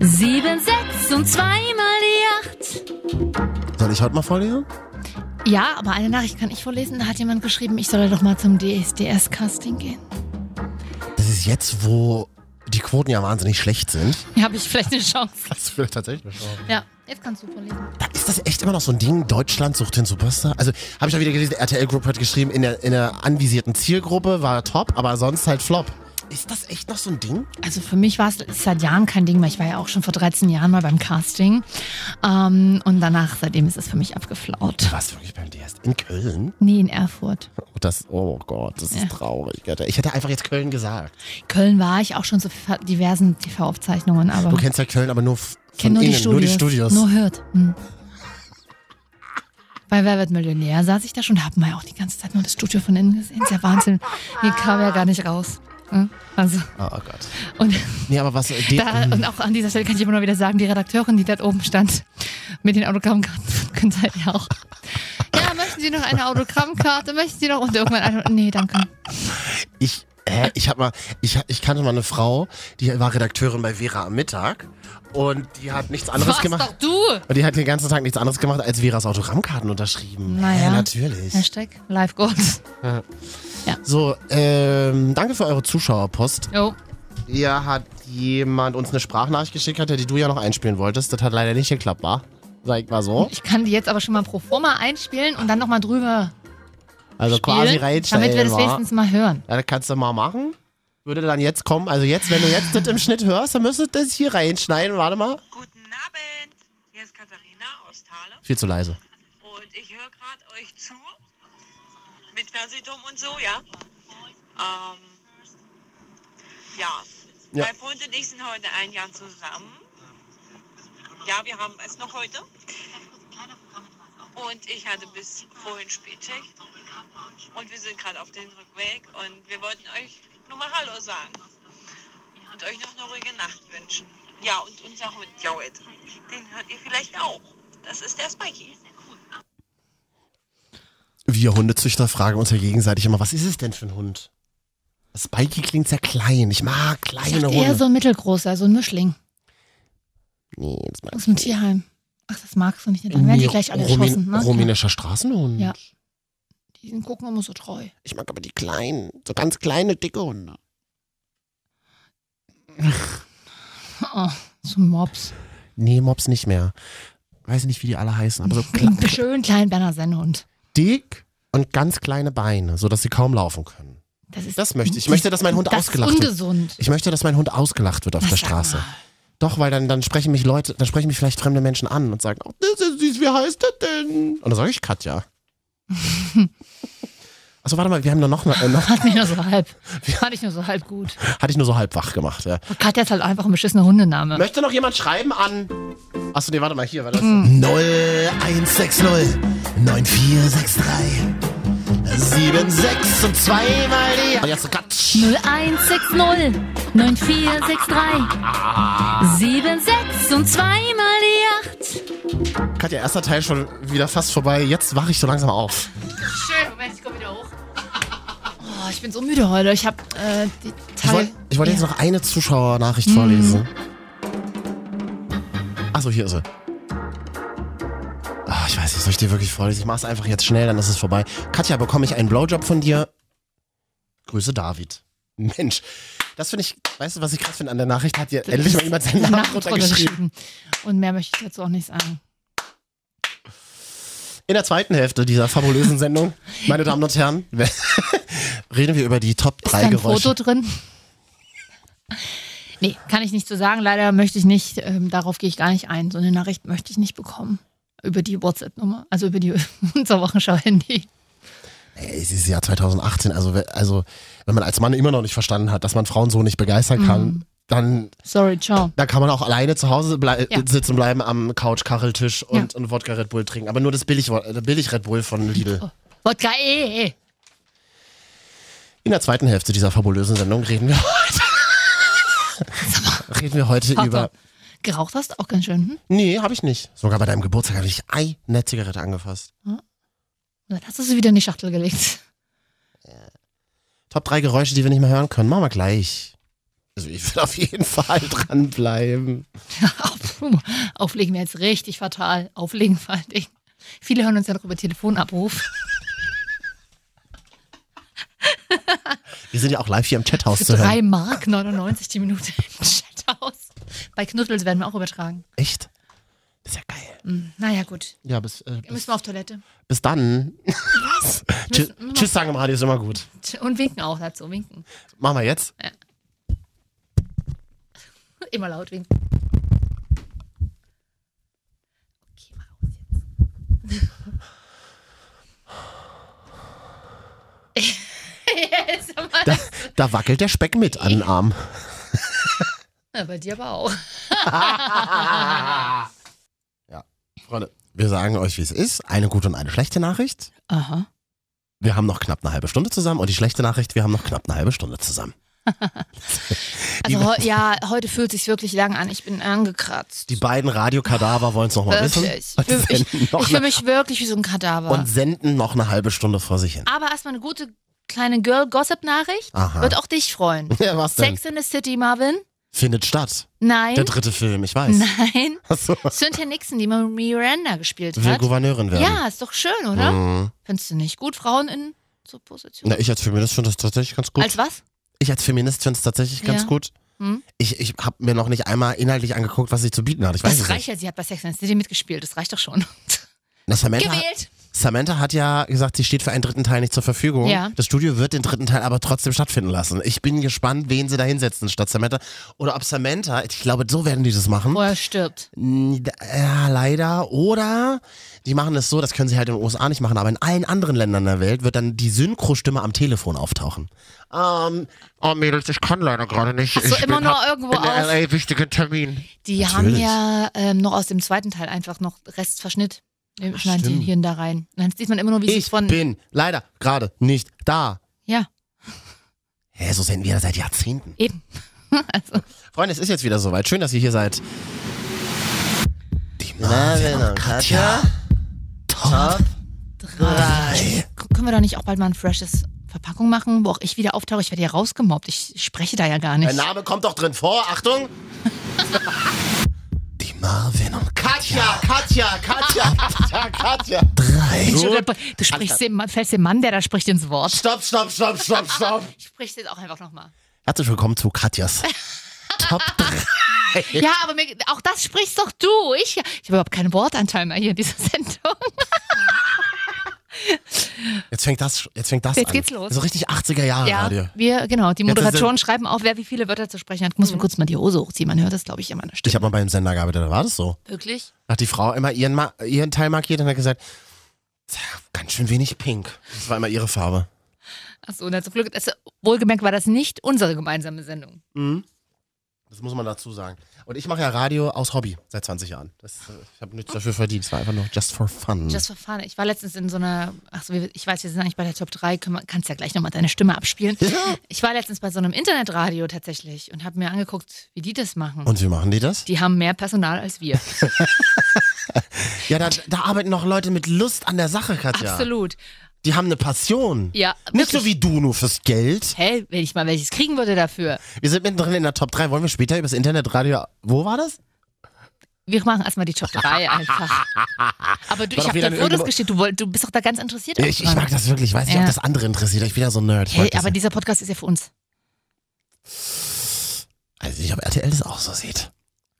[SPEAKER 1] 76 und zweimal die 8.
[SPEAKER 2] Soll ich heute mal vorlesen?
[SPEAKER 1] Ja, aber eine Nachricht kann ich vorlesen. Da hat jemand geschrieben, ich solle doch mal zum DSDS-Casting gehen.
[SPEAKER 2] Besonders jetzt, wo die Quoten ja wahnsinnig schlecht sind.
[SPEAKER 1] Hier habe ich vielleicht eine Chance.
[SPEAKER 2] Das wäre tatsächlich eine
[SPEAKER 1] Ja, jetzt kannst du vorlesen.
[SPEAKER 2] Da ist das echt immer noch so ein Ding, Deutschland sucht den Superstar? Also, habe ich auch wieder gelesen, RTL Group hat geschrieben, in der, in der anvisierten Zielgruppe war er top, aber sonst halt flop. Ist das echt noch so ein Ding?
[SPEAKER 1] Also für mich war es seit Jahren kein Ding mehr. Ich war ja auch schon vor 13 Jahren mal beim Casting. Ähm, und danach, seitdem ist es für mich abgeflaut.
[SPEAKER 2] Was wirklich beim DSD? In Köln?
[SPEAKER 1] Nee, in Erfurt.
[SPEAKER 2] Oh, das, oh Gott, das ist traurig. Alter. Ich hätte einfach jetzt Köln gesagt.
[SPEAKER 1] Köln war ich auch schon zu fa- diversen TV-Aufzeichnungen, aber
[SPEAKER 2] Du kennst ja Köln, aber nur f-
[SPEAKER 1] Oh. kenn
[SPEAKER 2] von innen, nur die Studios.
[SPEAKER 1] Nur hört. Hm. Bei Wer wird Millionär saß ich da schon, haben wir ja auch die ganze Zeit nur das Studio von innen gesehen. Ist ja Wahnsinn. Hier kam ja gar nicht raus. Hm? Also,
[SPEAKER 2] oh, oh Gott.
[SPEAKER 1] und
[SPEAKER 2] Nee, aber was. äh, Die,
[SPEAKER 1] Da, und auch an dieser Stelle kann ich immer nur wieder sagen, die Redakteurin, die dort oben stand, mit den Autogrammkarten, können Sie halt ja auch. Ja, möchten Sie noch eine Autogrammkarte? Möchten Sie noch? Und irgendwann eine, nee, danke.
[SPEAKER 2] Ich, äh, ich hab mal, ich, ich kannte mal eine Frau, die war Redakteurin bei Vera am Mittag und die hat nichts anderes
[SPEAKER 1] Was
[SPEAKER 2] gemacht.
[SPEAKER 1] doch du?
[SPEAKER 2] Und die hat den ganzen Tag nichts anderes gemacht, als Veras Autogrammkarten unterschrieben.
[SPEAKER 1] Naja.
[SPEAKER 2] Ja, natürlich.
[SPEAKER 1] Hashtag Live Gold.
[SPEAKER 2] So, ähm, danke für eure Zuschauerpost.
[SPEAKER 1] Jo.
[SPEAKER 2] Hier hat jemand uns eine Sprachnachricht geschickt, hat, die du ja noch einspielen wolltest. Das hat leider nicht geklappt, war? Sag ich mal so.
[SPEAKER 1] Ich kann die jetzt aber schon mal pro forma einspielen und dann nochmal drüber
[SPEAKER 2] Also quasi
[SPEAKER 1] spielen, damit wir
[SPEAKER 2] reinstellen,
[SPEAKER 1] das
[SPEAKER 2] wa?
[SPEAKER 1] wenigstens mal hören.
[SPEAKER 2] Ja, das kannst du mal machen. Würde dann jetzt kommen. Also jetzt, wenn du jetzt das im Schnitt hörst, dann müsstest du das hier reinschneiden. Warte mal.
[SPEAKER 6] Guten Abend, hier ist Katharina aus Thale
[SPEAKER 2] Viel zu leise.
[SPEAKER 6] und ich höre gerade euch zu mit Fernsehturm und so, ja. Ähm, ja.
[SPEAKER 2] Ja.
[SPEAKER 6] mein Freund und ich sind heute ein Jahr zusammen. Ja, wir haben es noch heute. Und ich hatte bis vorhin Spätschicht und wir sind gerade auf dem Rückweg und wir wollten euch nur mal Hallo sagen und euch noch eine ruhige Nacht wünschen. Ja, und unser Hund Jowett, den hört ihr vielleicht auch. Das ist der Spikey.
[SPEAKER 2] Wir Hundezüchter fragen uns ja gegenseitig immer, was ist es denn für ein Hund? Spikey klingt sehr klein. Ich mag
[SPEAKER 1] Ich
[SPEAKER 2] kleine
[SPEAKER 1] dachte eher
[SPEAKER 2] Hunde.
[SPEAKER 1] so ein mittelgroßer, so ein Mischling
[SPEAKER 2] nee, das mag
[SPEAKER 1] aus dem Tierheim. Ach, das magst du nicht. ne? Dann werden die gleich alle erschossen. Ne?
[SPEAKER 2] Rumänischer Straßenhund.
[SPEAKER 1] Ja. Die gucken immer so treu.
[SPEAKER 2] Ich mag aber die kleinen, so ganz kleine, dicke Hunde.
[SPEAKER 1] Oh, so ein Mops.
[SPEAKER 2] Nee, Mops nicht mehr. Weiß nicht, wie die alle heißen, aber so kle-
[SPEAKER 1] Einen schönen kleinen Berner Sennhund.
[SPEAKER 2] dick und ganz kleine Beine, sodass sie kaum laufen können.
[SPEAKER 1] Das, ist
[SPEAKER 2] Das möchte ich. Ich möchte, dass mein Hund
[SPEAKER 1] das
[SPEAKER 2] ausgelacht
[SPEAKER 1] ist
[SPEAKER 2] wird.
[SPEAKER 1] ungesund.
[SPEAKER 2] Ich möchte, dass mein Hund ausgelacht wird auf
[SPEAKER 1] Na,
[SPEAKER 2] der
[SPEAKER 1] sag
[SPEAKER 2] Straße.
[SPEAKER 1] mal.
[SPEAKER 2] Doch, weil dann, dann sprechen mich Leute, dann sprechen mich vielleicht fremde Menschen an und sagen, oh, das ist süß, wie heißt das denn? Und dann sage ich Katja. Achso, warte mal, wir haben da noch, äh, noch,
[SPEAKER 1] Fand ich nur so halb. Fand ich nur so halb gut.
[SPEAKER 2] hatte ich nur so halb wach gemacht. Ja.
[SPEAKER 1] Katja ist halt einfach ein beschissener Hundename.
[SPEAKER 2] Möchte noch jemand schreiben an? Achso, nee, warte mal, hier war das.
[SPEAKER 1] Hm.
[SPEAKER 2] 0160 9463 76 und zweimal die. Und jetzt so Katsch.
[SPEAKER 1] 0160 9463 76 und zweimal die 8.
[SPEAKER 2] Katja, erster Teil schon wieder fast vorbei. Jetzt wache ich so langsam auf.
[SPEAKER 1] Schön, Moment, ich komme wieder hoch. Oh, ich bin so müde heute. Ich habe äh, die
[SPEAKER 2] Ich
[SPEAKER 1] Teil.
[SPEAKER 2] wollte ich wollte jetzt noch eine Zuschauernachricht vorlesen. Achso, hier ist sie. Ah, ich weiß nicht, soll ich dir wirklich vorlesen? Ich mach's einfach jetzt schnell, dann ist es vorbei. Katja, bekomme ich einen Blowjob von dir? Grüße David. Mensch, das finde ich, weißt du, was ich krass finde an der Nachricht? Hat dir endlich mal jemand seinen Namen runtergeschrieben.
[SPEAKER 1] runtergeschrieben. Und mehr möchte ich dazu auch nicht sagen.
[SPEAKER 2] In der zweiten Hälfte dieser fabulösen Sendung, meine Damen und Herren, reden wir über die Top
[SPEAKER 1] Ist
[SPEAKER 2] 3
[SPEAKER 1] da ein
[SPEAKER 2] Geräusche.
[SPEAKER 1] Foto drin? Nee, kann ich nicht so sagen. Leider möchte ich nicht, ähm, darauf gehe ich gar nicht ein. So eine Nachricht möchte ich nicht bekommen. Über die WhatsApp-Nummer, also über die unser Wochenschau-Handy.
[SPEAKER 2] Ey, es ist Jahr 2018, also, we- also wenn man als Mann immer noch nicht verstanden hat, dass man Frauen so nicht begeistern kann,
[SPEAKER 1] Mhm.
[SPEAKER 2] dann
[SPEAKER 1] Sorry, ciao.
[SPEAKER 2] da kann man auch alleine zu Hause blei
[SPEAKER 1] Ja.
[SPEAKER 2] sitzen bleiben am Couch-Kacheltisch und,
[SPEAKER 1] Ja.
[SPEAKER 2] und Wodka Red Bull trinken. Aber nur das billig, äh, billig Red Bull von Lidl.
[SPEAKER 1] Oh. Wodka, eh, eh.
[SPEAKER 2] In der zweiten Hälfte dieser fabulösen Sendung reden wir heute. reden wir heute über.
[SPEAKER 1] Vater. Geraucht hast auch ganz schön. Hm?
[SPEAKER 2] Nee, habe ich nicht. Sogar bei deinem Geburtstag habe ich eine Zigarette angefasst.
[SPEAKER 1] Und Dann hast du sie wieder in die Schachtel gelegt.
[SPEAKER 2] Top drei Geräusche, die wir nicht mehr hören können. Machen wir gleich. Also ich will auf jeden Fall dranbleiben.
[SPEAKER 1] Puh, Auflegen wäre jetzt richtig fatal. Auflegen vor allen Dingen. Viele hören uns ja noch über Telefonabruf.
[SPEAKER 2] Wir sind ja auch live hier im Chathaus
[SPEAKER 1] Für
[SPEAKER 2] zu hören.
[SPEAKER 1] 3 Mark 99 die Minute im Chathaus. Bei Knuddels werden wir auch übertragen.
[SPEAKER 2] Echt? Das ist ja geil.
[SPEAKER 1] Hm, naja, gut.
[SPEAKER 2] Ja, bis, äh,
[SPEAKER 1] Müssen
[SPEAKER 2] bis,
[SPEAKER 1] wir auf Toilette.
[SPEAKER 2] bis dann. Tschüss,
[SPEAKER 1] Müssen-
[SPEAKER 2] Tschüss sagen im Radio ist immer gut.
[SPEAKER 1] Und winken auch dazu. Winken.
[SPEAKER 2] Machen wir jetzt.
[SPEAKER 1] Immer laut winken. Okay, mal raus jetzt. Jetzt aber-
[SPEAKER 2] Da, da wackelt der Speck mit an den Arm.
[SPEAKER 1] Ja, bei dir aber auch.
[SPEAKER 2] ja, Freunde, wir sagen euch, wie es ist. Eine gute und eine schlechte Nachricht.
[SPEAKER 1] Aha.
[SPEAKER 2] Wir haben noch knapp eine halbe Stunde zusammen. Und die schlechte Nachricht, wir haben noch knapp eine halbe Stunde zusammen.
[SPEAKER 1] Also heu- ja, heute fühlt sich wirklich lang an. Ich bin angekratzt.
[SPEAKER 2] Die beiden Radiokadaver wollen es nochmal wissen.
[SPEAKER 1] Wirklich.
[SPEAKER 2] Und
[SPEAKER 1] Ich fühl- ich-
[SPEAKER 2] senden noch
[SPEAKER 1] Ich fühle
[SPEAKER 2] eine-
[SPEAKER 1] mich wirklich wie so ein Kadaver.
[SPEAKER 2] Und senden noch eine halbe Stunde vor sich hin.
[SPEAKER 1] aber erstmal eine gute kleine Girl-Gossip-Nachricht.
[SPEAKER 2] Aha.
[SPEAKER 1] Ah, Wird auch dich freuen.
[SPEAKER 2] Ja, was denn?
[SPEAKER 1] Sex in the City, Marvin?
[SPEAKER 2] Findet statt. Der
[SPEAKER 1] Nein.
[SPEAKER 2] dritte Film, ich weiß.
[SPEAKER 1] Nein.
[SPEAKER 2] Achso.
[SPEAKER 1] Cynthia Nixon, die mal Miranda gespielt
[SPEAKER 2] Will
[SPEAKER 1] hat.
[SPEAKER 2] Gouverneurin werden.
[SPEAKER 1] Ja, ist doch schön, oder?
[SPEAKER 2] Mhm.
[SPEAKER 1] Findest du nicht gut, Frauen in so Positionen?
[SPEAKER 2] Na, ich als Feminist finde das tatsächlich ganz gut.
[SPEAKER 1] Als was?
[SPEAKER 2] ich als Feminist finde es tatsächlich ganz
[SPEAKER 1] Ja.
[SPEAKER 2] gut.
[SPEAKER 1] Hm?
[SPEAKER 2] Ich, ich habe mir noch nicht einmal inhaltlich angeguckt, was sie zu bieten hat. Ich weiß
[SPEAKER 1] das
[SPEAKER 2] es
[SPEAKER 1] reicht
[SPEAKER 2] nicht.
[SPEAKER 1] ja, sie hat bei Sex and the City mitgespielt, das reicht doch schon.
[SPEAKER 2] Na, Samantha, hat-
[SPEAKER 1] Gewählt!
[SPEAKER 2] Samantha hat ja gesagt, sie steht für einen dritten Teil nicht zur Verfügung.
[SPEAKER 1] Ja.
[SPEAKER 2] Das Studio wird den dritten Teil aber trotzdem stattfinden lassen. Ich bin gespannt, wen sie da hinsetzen statt Samantha. Oder ob Samantha, ich glaube, so werden die das machen.
[SPEAKER 1] Vorher stirbt.
[SPEAKER 2] Mm, da- Ja, leider. Oder die machen es so, das können sie halt in den USA nicht machen, aber in allen anderen Ländern der Welt wird dann die Synchro-Stimme am Telefon auftauchen. Ähm, oh Mädels, ich kann leider gerade nicht.
[SPEAKER 1] Ach so,
[SPEAKER 2] ich
[SPEAKER 1] immer
[SPEAKER 2] bin,
[SPEAKER 1] nur
[SPEAKER 2] hab
[SPEAKER 1] irgendwo
[SPEAKER 2] in
[SPEAKER 1] aus.
[SPEAKER 2] LA wichtigen Termin.
[SPEAKER 1] Die
[SPEAKER 2] Natürlich.
[SPEAKER 1] haben ja ähm, noch aus dem zweiten Teil einfach noch Restverschnitt. Wir Schneiden die
[SPEAKER 2] stimmt.
[SPEAKER 1] Hirn da rein. Dann sieht man immer nur, wie sie
[SPEAKER 2] Ich
[SPEAKER 1] von.
[SPEAKER 2] bin leider gerade nicht da.
[SPEAKER 1] Ja,
[SPEAKER 2] Hä, so senden wir das seit Jahrzehnten.
[SPEAKER 1] eben. also
[SPEAKER 2] Freunde, es ist jetzt wieder soweit. Schön, dass ihr hier seid. Die Marvin und genau. Katja. Top.
[SPEAKER 1] Drei. K- Können wir da nicht auch bald mal ein freshes Verpackung machen, wo auch ich wieder auftauche? Ich werde ja rausgemobbt. Ich spreche da ja gar
[SPEAKER 2] Der
[SPEAKER 1] nicht.
[SPEAKER 2] Name kommt doch drin vor. Achtung. Die Marvin und Katja. Katja, Katja, Katja, Katja. Drei.
[SPEAKER 1] Ich
[SPEAKER 2] Gut.
[SPEAKER 1] unterbr- Du sprichst dem, fällst dem Mann, der da spricht, ins Wort.
[SPEAKER 2] Stopp, stopp, stopp, stopp, stopp.
[SPEAKER 1] Ich sprich's jetzt auch einfach nochmal.
[SPEAKER 2] Herzlich willkommen zu Katjas Top 3.
[SPEAKER 1] Ja, aber mir, auch das sprichst doch du. Ich, ich habe überhaupt keinen Wortanteil mehr hier in dieser Sendung.
[SPEAKER 2] Jetzt fängt das, jetzt fängt das
[SPEAKER 1] Jetzt
[SPEAKER 2] an.
[SPEAKER 1] geht's los.
[SPEAKER 2] So richtig 80er Jahre Radio.
[SPEAKER 1] wir, genau. Die
[SPEAKER 2] Jetzt ist
[SPEAKER 1] Moderatoren schreiben auf, wer wie viele Wörter zu sprechen hat. Ich muss mir kurz mal die Hose hochziehen. Man hört das, glaube ich, immer eine
[SPEAKER 2] Ich
[SPEAKER 1] Stimme.
[SPEAKER 2] habe mal bei einem Sender gearbeitet, da war das so.
[SPEAKER 1] Wirklich?
[SPEAKER 2] Da Hat die Frau immer ihren, Ma ihren Teil markiert und hat gesagt, "Tja, ganz schön wenig pink. Das war immer ihre Farbe.
[SPEAKER 1] Achso, na, zum Glück, also, wohlgemerkt war das nicht unsere gemeinsame Sendung.
[SPEAKER 2] Das muss man dazu sagen. Und ich mache ja Radio aus Hobby seit 20 Jahren. Das, äh, ich habe nichts dafür verdient. Es war einfach nur just for fun.
[SPEAKER 1] Just for fun. Ich war letztens in so einer, achso, ich weiß, wir sind eigentlich bei der Top 3, können, wir- kannst ja gleich nochmal deine Stimme abspielen. Ich war letztens bei so einem Internetradio tatsächlich und habe mir angeguckt, wie die das machen.
[SPEAKER 2] und wie machen die das?
[SPEAKER 1] die haben mehr Personal als wir.
[SPEAKER 2] Ja, da, da arbeiten noch Leute mit Lust an der Sache, Katja.
[SPEAKER 1] Absolut.
[SPEAKER 2] Die haben eine Passion.
[SPEAKER 1] Ja,
[SPEAKER 2] Nicht
[SPEAKER 1] wirklich.
[SPEAKER 2] so wie du nur fürs Geld.
[SPEAKER 1] Hey, wenn ich mal welches kriegen würde dafür.
[SPEAKER 2] Wir sind mittendrin in der Top 3. Wollen wir später über das Internetradio. Wo war das?
[SPEAKER 1] Wir machen erstmal die Top 3 einfach. Aber du,
[SPEAKER 2] War
[SPEAKER 1] ich
[SPEAKER 2] doch
[SPEAKER 1] habe
[SPEAKER 2] wieder
[SPEAKER 1] da
[SPEAKER 2] eine
[SPEAKER 1] Fotos
[SPEAKER 2] irgendwo-
[SPEAKER 1] geschickt. Du, wollt, du bist doch da ganz interessiert. auch
[SPEAKER 2] Ich, ich
[SPEAKER 1] dran.
[SPEAKER 2] mag das wirklich. Ich weiß nicht,
[SPEAKER 1] Ja.
[SPEAKER 2] ob das andere interessiert. Ich bin ja so ein Nerd. Ich
[SPEAKER 1] Hey,
[SPEAKER 2] mag das
[SPEAKER 1] aber dieser Podcast ist ja für uns.
[SPEAKER 2] Also ich ob RTL das auch so sieht.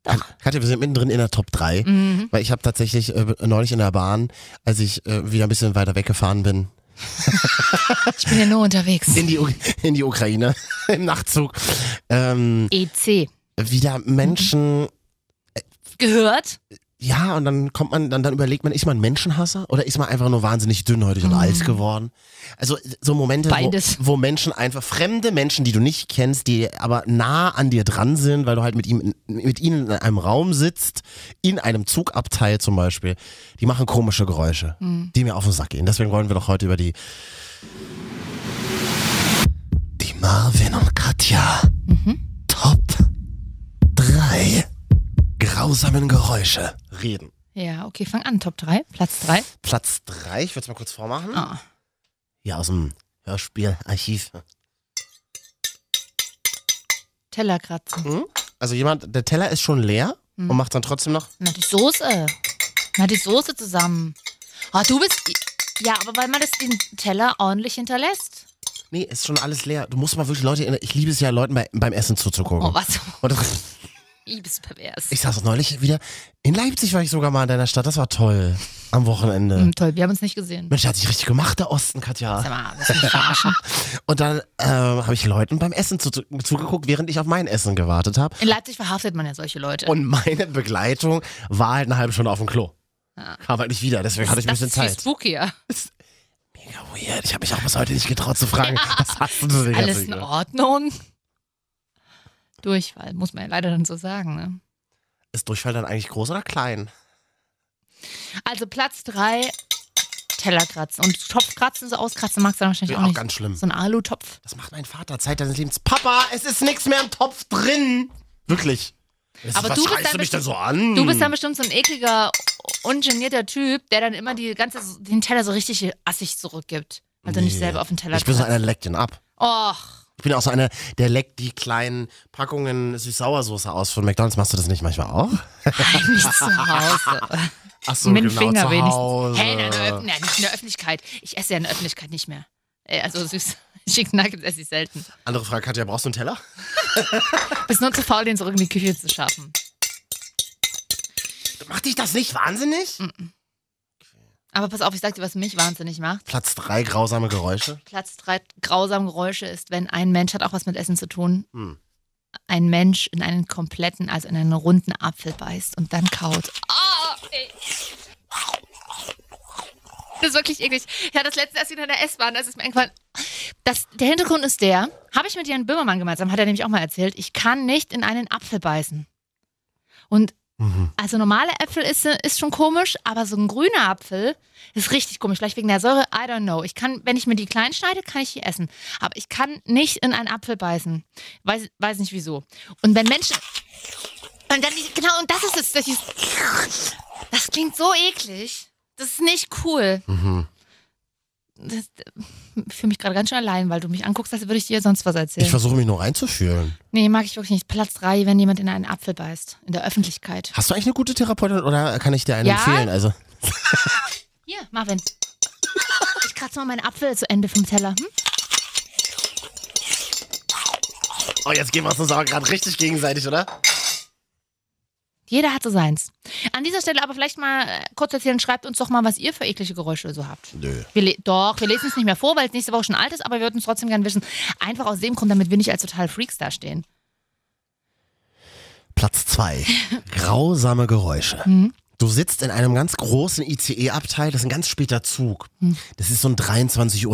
[SPEAKER 2] Kat- Katja, wir sind mittendrin in der Top 3,
[SPEAKER 1] Mhm.
[SPEAKER 2] weil ich habe tatsächlich äh, neulich in der Bahn, als ich äh, wieder ein bisschen weiter weggefahren bin,
[SPEAKER 1] Ich bin ja nur unterwegs.
[SPEAKER 2] in die, U in die Ukraine, im Nachtzug, ähm,
[SPEAKER 1] EC.
[SPEAKER 2] wieder Menschen,
[SPEAKER 1] Gehört?
[SPEAKER 2] ja, und dann kommt man, dann, dann überlegt man, ist man Menschenhasser oder ist man einfach nur wahnsinnig dünnhäutig und alt geworden? Also so Momente, wo,
[SPEAKER 1] Beides.
[SPEAKER 2] wo Menschen einfach, fremde Menschen, die du nicht kennst, die aber nah an dir dran sind, weil du halt mit, ihm, mit ihnen in einem Raum sitzt, in einem Zugabteil zum Beispiel, die machen komische Geräusche,
[SPEAKER 1] Mhm.
[SPEAKER 2] die mir auf den Sack gehen. Deswegen wollen wir doch heute über die Die Marvin und Katja
[SPEAKER 1] Mhm.
[SPEAKER 2] Top 3 grausamen Geräusche reden.
[SPEAKER 1] Ja, okay, fang an. Top 3, Platz 3.
[SPEAKER 2] Platz 3, ich würde es mal kurz vormachen.
[SPEAKER 1] Ah.
[SPEAKER 2] Hier aus dem Hörspielarchiv.
[SPEAKER 1] Teller kratzen.
[SPEAKER 2] Also jemand, der Teller ist schon leer
[SPEAKER 1] Hm.
[SPEAKER 2] und macht dann trotzdem noch.
[SPEAKER 1] Na, die Soße. Na, die Soße zusammen. Ah, du bist. Ja, aber weil man das den Teller ordentlich hinterlässt.
[SPEAKER 2] Nee, ist schon alles leer. Du musst mal wirklich Leute, in- ich liebe es ja, Leuten bei, beim Essen zuzugucken.
[SPEAKER 1] Oh, was?
[SPEAKER 2] Und
[SPEAKER 1] Ich bist pervers.
[SPEAKER 2] ich saß auch neulich wieder, in Leipzig war ich sogar mal in deiner Stadt, das war toll. Am Wochenende.
[SPEAKER 1] Hm, toll, wir haben uns nicht gesehen.
[SPEAKER 2] Mensch, hat sich richtig gemacht, der Osten, Katja.
[SPEAKER 1] Sag mal, willst du mich verarschen?
[SPEAKER 2] Und dann ähm, habe ich Leuten beim Essen zu, zu- zugeguckt, während ich auf mein Essen gewartet habe.
[SPEAKER 1] In Leipzig verhaftet man ja solche Leute.
[SPEAKER 2] Und meine Begleitung war halt eine halbe Stunde auf dem Klo.
[SPEAKER 1] Ja.
[SPEAKER 2] Kam halt nicht wieder, deswegen hatte ich ein
[SPEAKER 1] das
[SPEAKER 2] bisschen
[SPEAKER 1] ist viel
[SPEAKER 2] Zeit.
[SPEAKER 1] spookier.
[SPEAKER 2] Mega weird. Ich habe mich auch bis heute nicht getraut zu fragen, was hast du zu den
[SPEAKER 1] Alles
[SPEAKER 2] ganzen
[SPEAKER 1] in
[SPEAKER 2] gemacht?
[SPEAKER 1] Ordnung. Durchfall, muss man ja leider dann so sagen. Ne?
[SPEAKER 2] Ist Durchfall dann eigentlich groß oder klein?
[SPEAKER 1] Also Platz drei, Teller kratzen. Und Topfkratzen, so auskratzen magst du dann wahrscheinlich
[SPEAKER 2] Wäre
[SPEAKER 1] auch,
[SPEAKER 2] auch
[SPEAKER 1] nicht.
[SPEAKER 2] ganz schlimm.
[SPEAKER 1] So ein Alutopf.
[SPEAKER 2] Das macht mein Vater Zeit deines Lebens. Papa, es ist nichts mehr im Topf drin. Wirklich. Das ist-
[SPEAKER 1] Aber
[SPEAKER 2] was
[SPEAKER 1] du bist
[SPEAKER 2] schreist
[SPEAKER 1] dann
[SPEAKER 2] du mich
[SPEAKER 1] bestimmt-
[SPEAKER 2] denn so an?
[SPEAKER 1] Du bist dann bestimmt so ein ekliger, ungenierter Typ, der dann immer die ganze, den Teller so richtig assig zurückgibt. Weil du nicht
[SPEAKER 2] Nee.
[SPEAKER 1] selber auf den Teller
[SPEAKER 2] Ich bin so
[SPEAKER 1] kratzt.
[SPEAKER 2] einer, der leckt den ab.
[SPEAKER 1] Och,
[SPEAKER 2] Ich bin auch so einer, der leckt die kleinen Packungen Süß-Sauersoße aus von McDonalds. Machst du das nicht manchmal auch?
[SPEAKER 1] nicht zu Hause.
[SPEAKER 2] Ach so,
[SPEAKER 1] Mit dem
[SPEAKER 2] genau,
[SPEAKER 1] Finger
[SPEAKER 2] zu
[SPEAKER 1] wenigstens.
[SPEAKER 2] Hause.
[SPEAKER 1] Hey, nein, in der Öff- nein, nicht in der Öffentlichkeit. Ich esse ja in der Öffentlichkeit nicht mehr. Äh, Also süß. Chicken Nuggets esse ich selten.
[SPEAKER 2] Andere Frage, Katja, brauchst du einen Teller?
[SPEAKER 1] Bist nur zu faul, den zurück in die Küche zu schaffen.
[SPEAKER 2] Macht dich das nicht wahnsinnig?
[SPEAKER 1] Aber pass auf, ich sag dir, was mich wahnsinnig macht.
[SPEAKER 2] Platz drei grausame Geräusche.
[SPEAKER 1] Platz drei grausame Geräusche ist, wenn ein Mensch, hat auch was mit Essen zu tun,
[SPEAKER 2] Hm.
[SPEAKER 1] ein Mensch in einen kompletten, also in einen runden Apfel beißt und dann kaut. Ah, ey. Das ist wirklich eklig. Ich hatte das letzte erst wieder in der S-Bahn, das ist mir eingefallen. Das, der Hintergrund ist der, habe ich mit Jan Böhmermann gemeinsam, hat er nämlich auch mal erzählt, ich kann nicht in einen Apfel beißen. Und also normale Äpfel ist, ist schon komisch, aber so ein grüner Apfel ist richtig komisch. Vielleicht wegen der Säure, I don't know. Ich kann, wenn ich mir die klein schneide, kann ich die essen. Aber ich kann nicht in einen Apfel beißen. Weiß, weiß nicht wieso. Und wenn Menschen. Und dann, genau, und das ist es. Das, ist, das klingt so eklig. Das ist nicht cool. Das, ich fühle mich gerade ganz schön allein, weil du mich anguckst, als würde ich dir sonst was erzählen.
[SPEAKER 2] Ich versuche mich nur reinzufühlen.
[SPEAKER 1] nee, mag ich wirklich nicht. Platz 3, wenn jemand in einen Apfel beißt. In der Öffentlichkeit.
[SPEAKER 2] Hast du eigentlich eine gute Therapeutin oder kann ich dir eine
[SPEAKER 1] Ja.
[SPEAKER 2] empfehlen? Also,
[SPEAKER 1] Hier, Marvin. Ich kratze mal meinen Apfel zu Ende vom Teller. Hm?
[SPEAKER 2] oh, jetzt gehen wir uns aber gerade richtig gegenseitig, oder?
[SPEAKER 1] Jeder hat so seins. An dieser Stelle aber vielleicht mal äh, kurz erzählen, schreibt uns doch mal, was ihr für eklige Geräusche so habt.
[SPEAKER 2] Nö.
[SPEAKER 1] Wir le- doch, wir lesen es nicht mehr vor, weil es nächste Woche schon alt ist, aber wir würden es trotzdem gerne wissen. Einfach aus dem Grund, damit wir nicht als total Freaks dastehen.
[SPEAKER 2] Platz zwei. Grausame Geräusche.
[SPEAKER 1] Mhm.
[SPEAKER 2] Du sitzt in einem ganz großen ICE-Abteil, das ist ein ganz später Zug.
[SPEAKER 1] Mhm.
[SPEAKER 2] Das ist so ein 23.30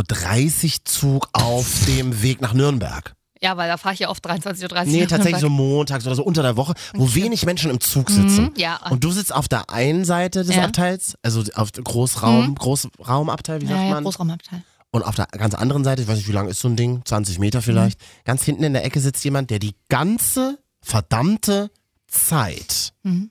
[SPEAKER 2] Uhr Zug auf dem Weg nach Nürnberg.
[SPEAKER 1] Ja, weil da fahre ich ja oft 23.30 Uhr.
[SPEAKER 2] Nee, tatsächlich so montags oder so unter der Woche, wo wenig Menschen im Zug sitzen.
[SPEAKER 1] Mhm. Ja,
[SPEAKER 2] Und du sitzt auf der einen Seite des
[SPEAKER 1] Ah. Ja. Mhm.
[SPEAKER 2] Abteils, also auf Großraum, Großraumabteil, wie sagt
[SPEAKER 1] ja, ja,
[SPEAKER 2] man?
[SPEAKER 1] Großraumabteil.
[SPEAKER 2] Und auf der ganz anderen Seite, ich weiß nicht, wie lang ist so ein Ding, 20 Meter
[SPEAKER 1] Mhm.
[SPEAKER 2] vielleicht, ganz hinten in der Ecke sitzt jemand, der die ganze verdammte Zeit
[SPEAKER 1] Mhm.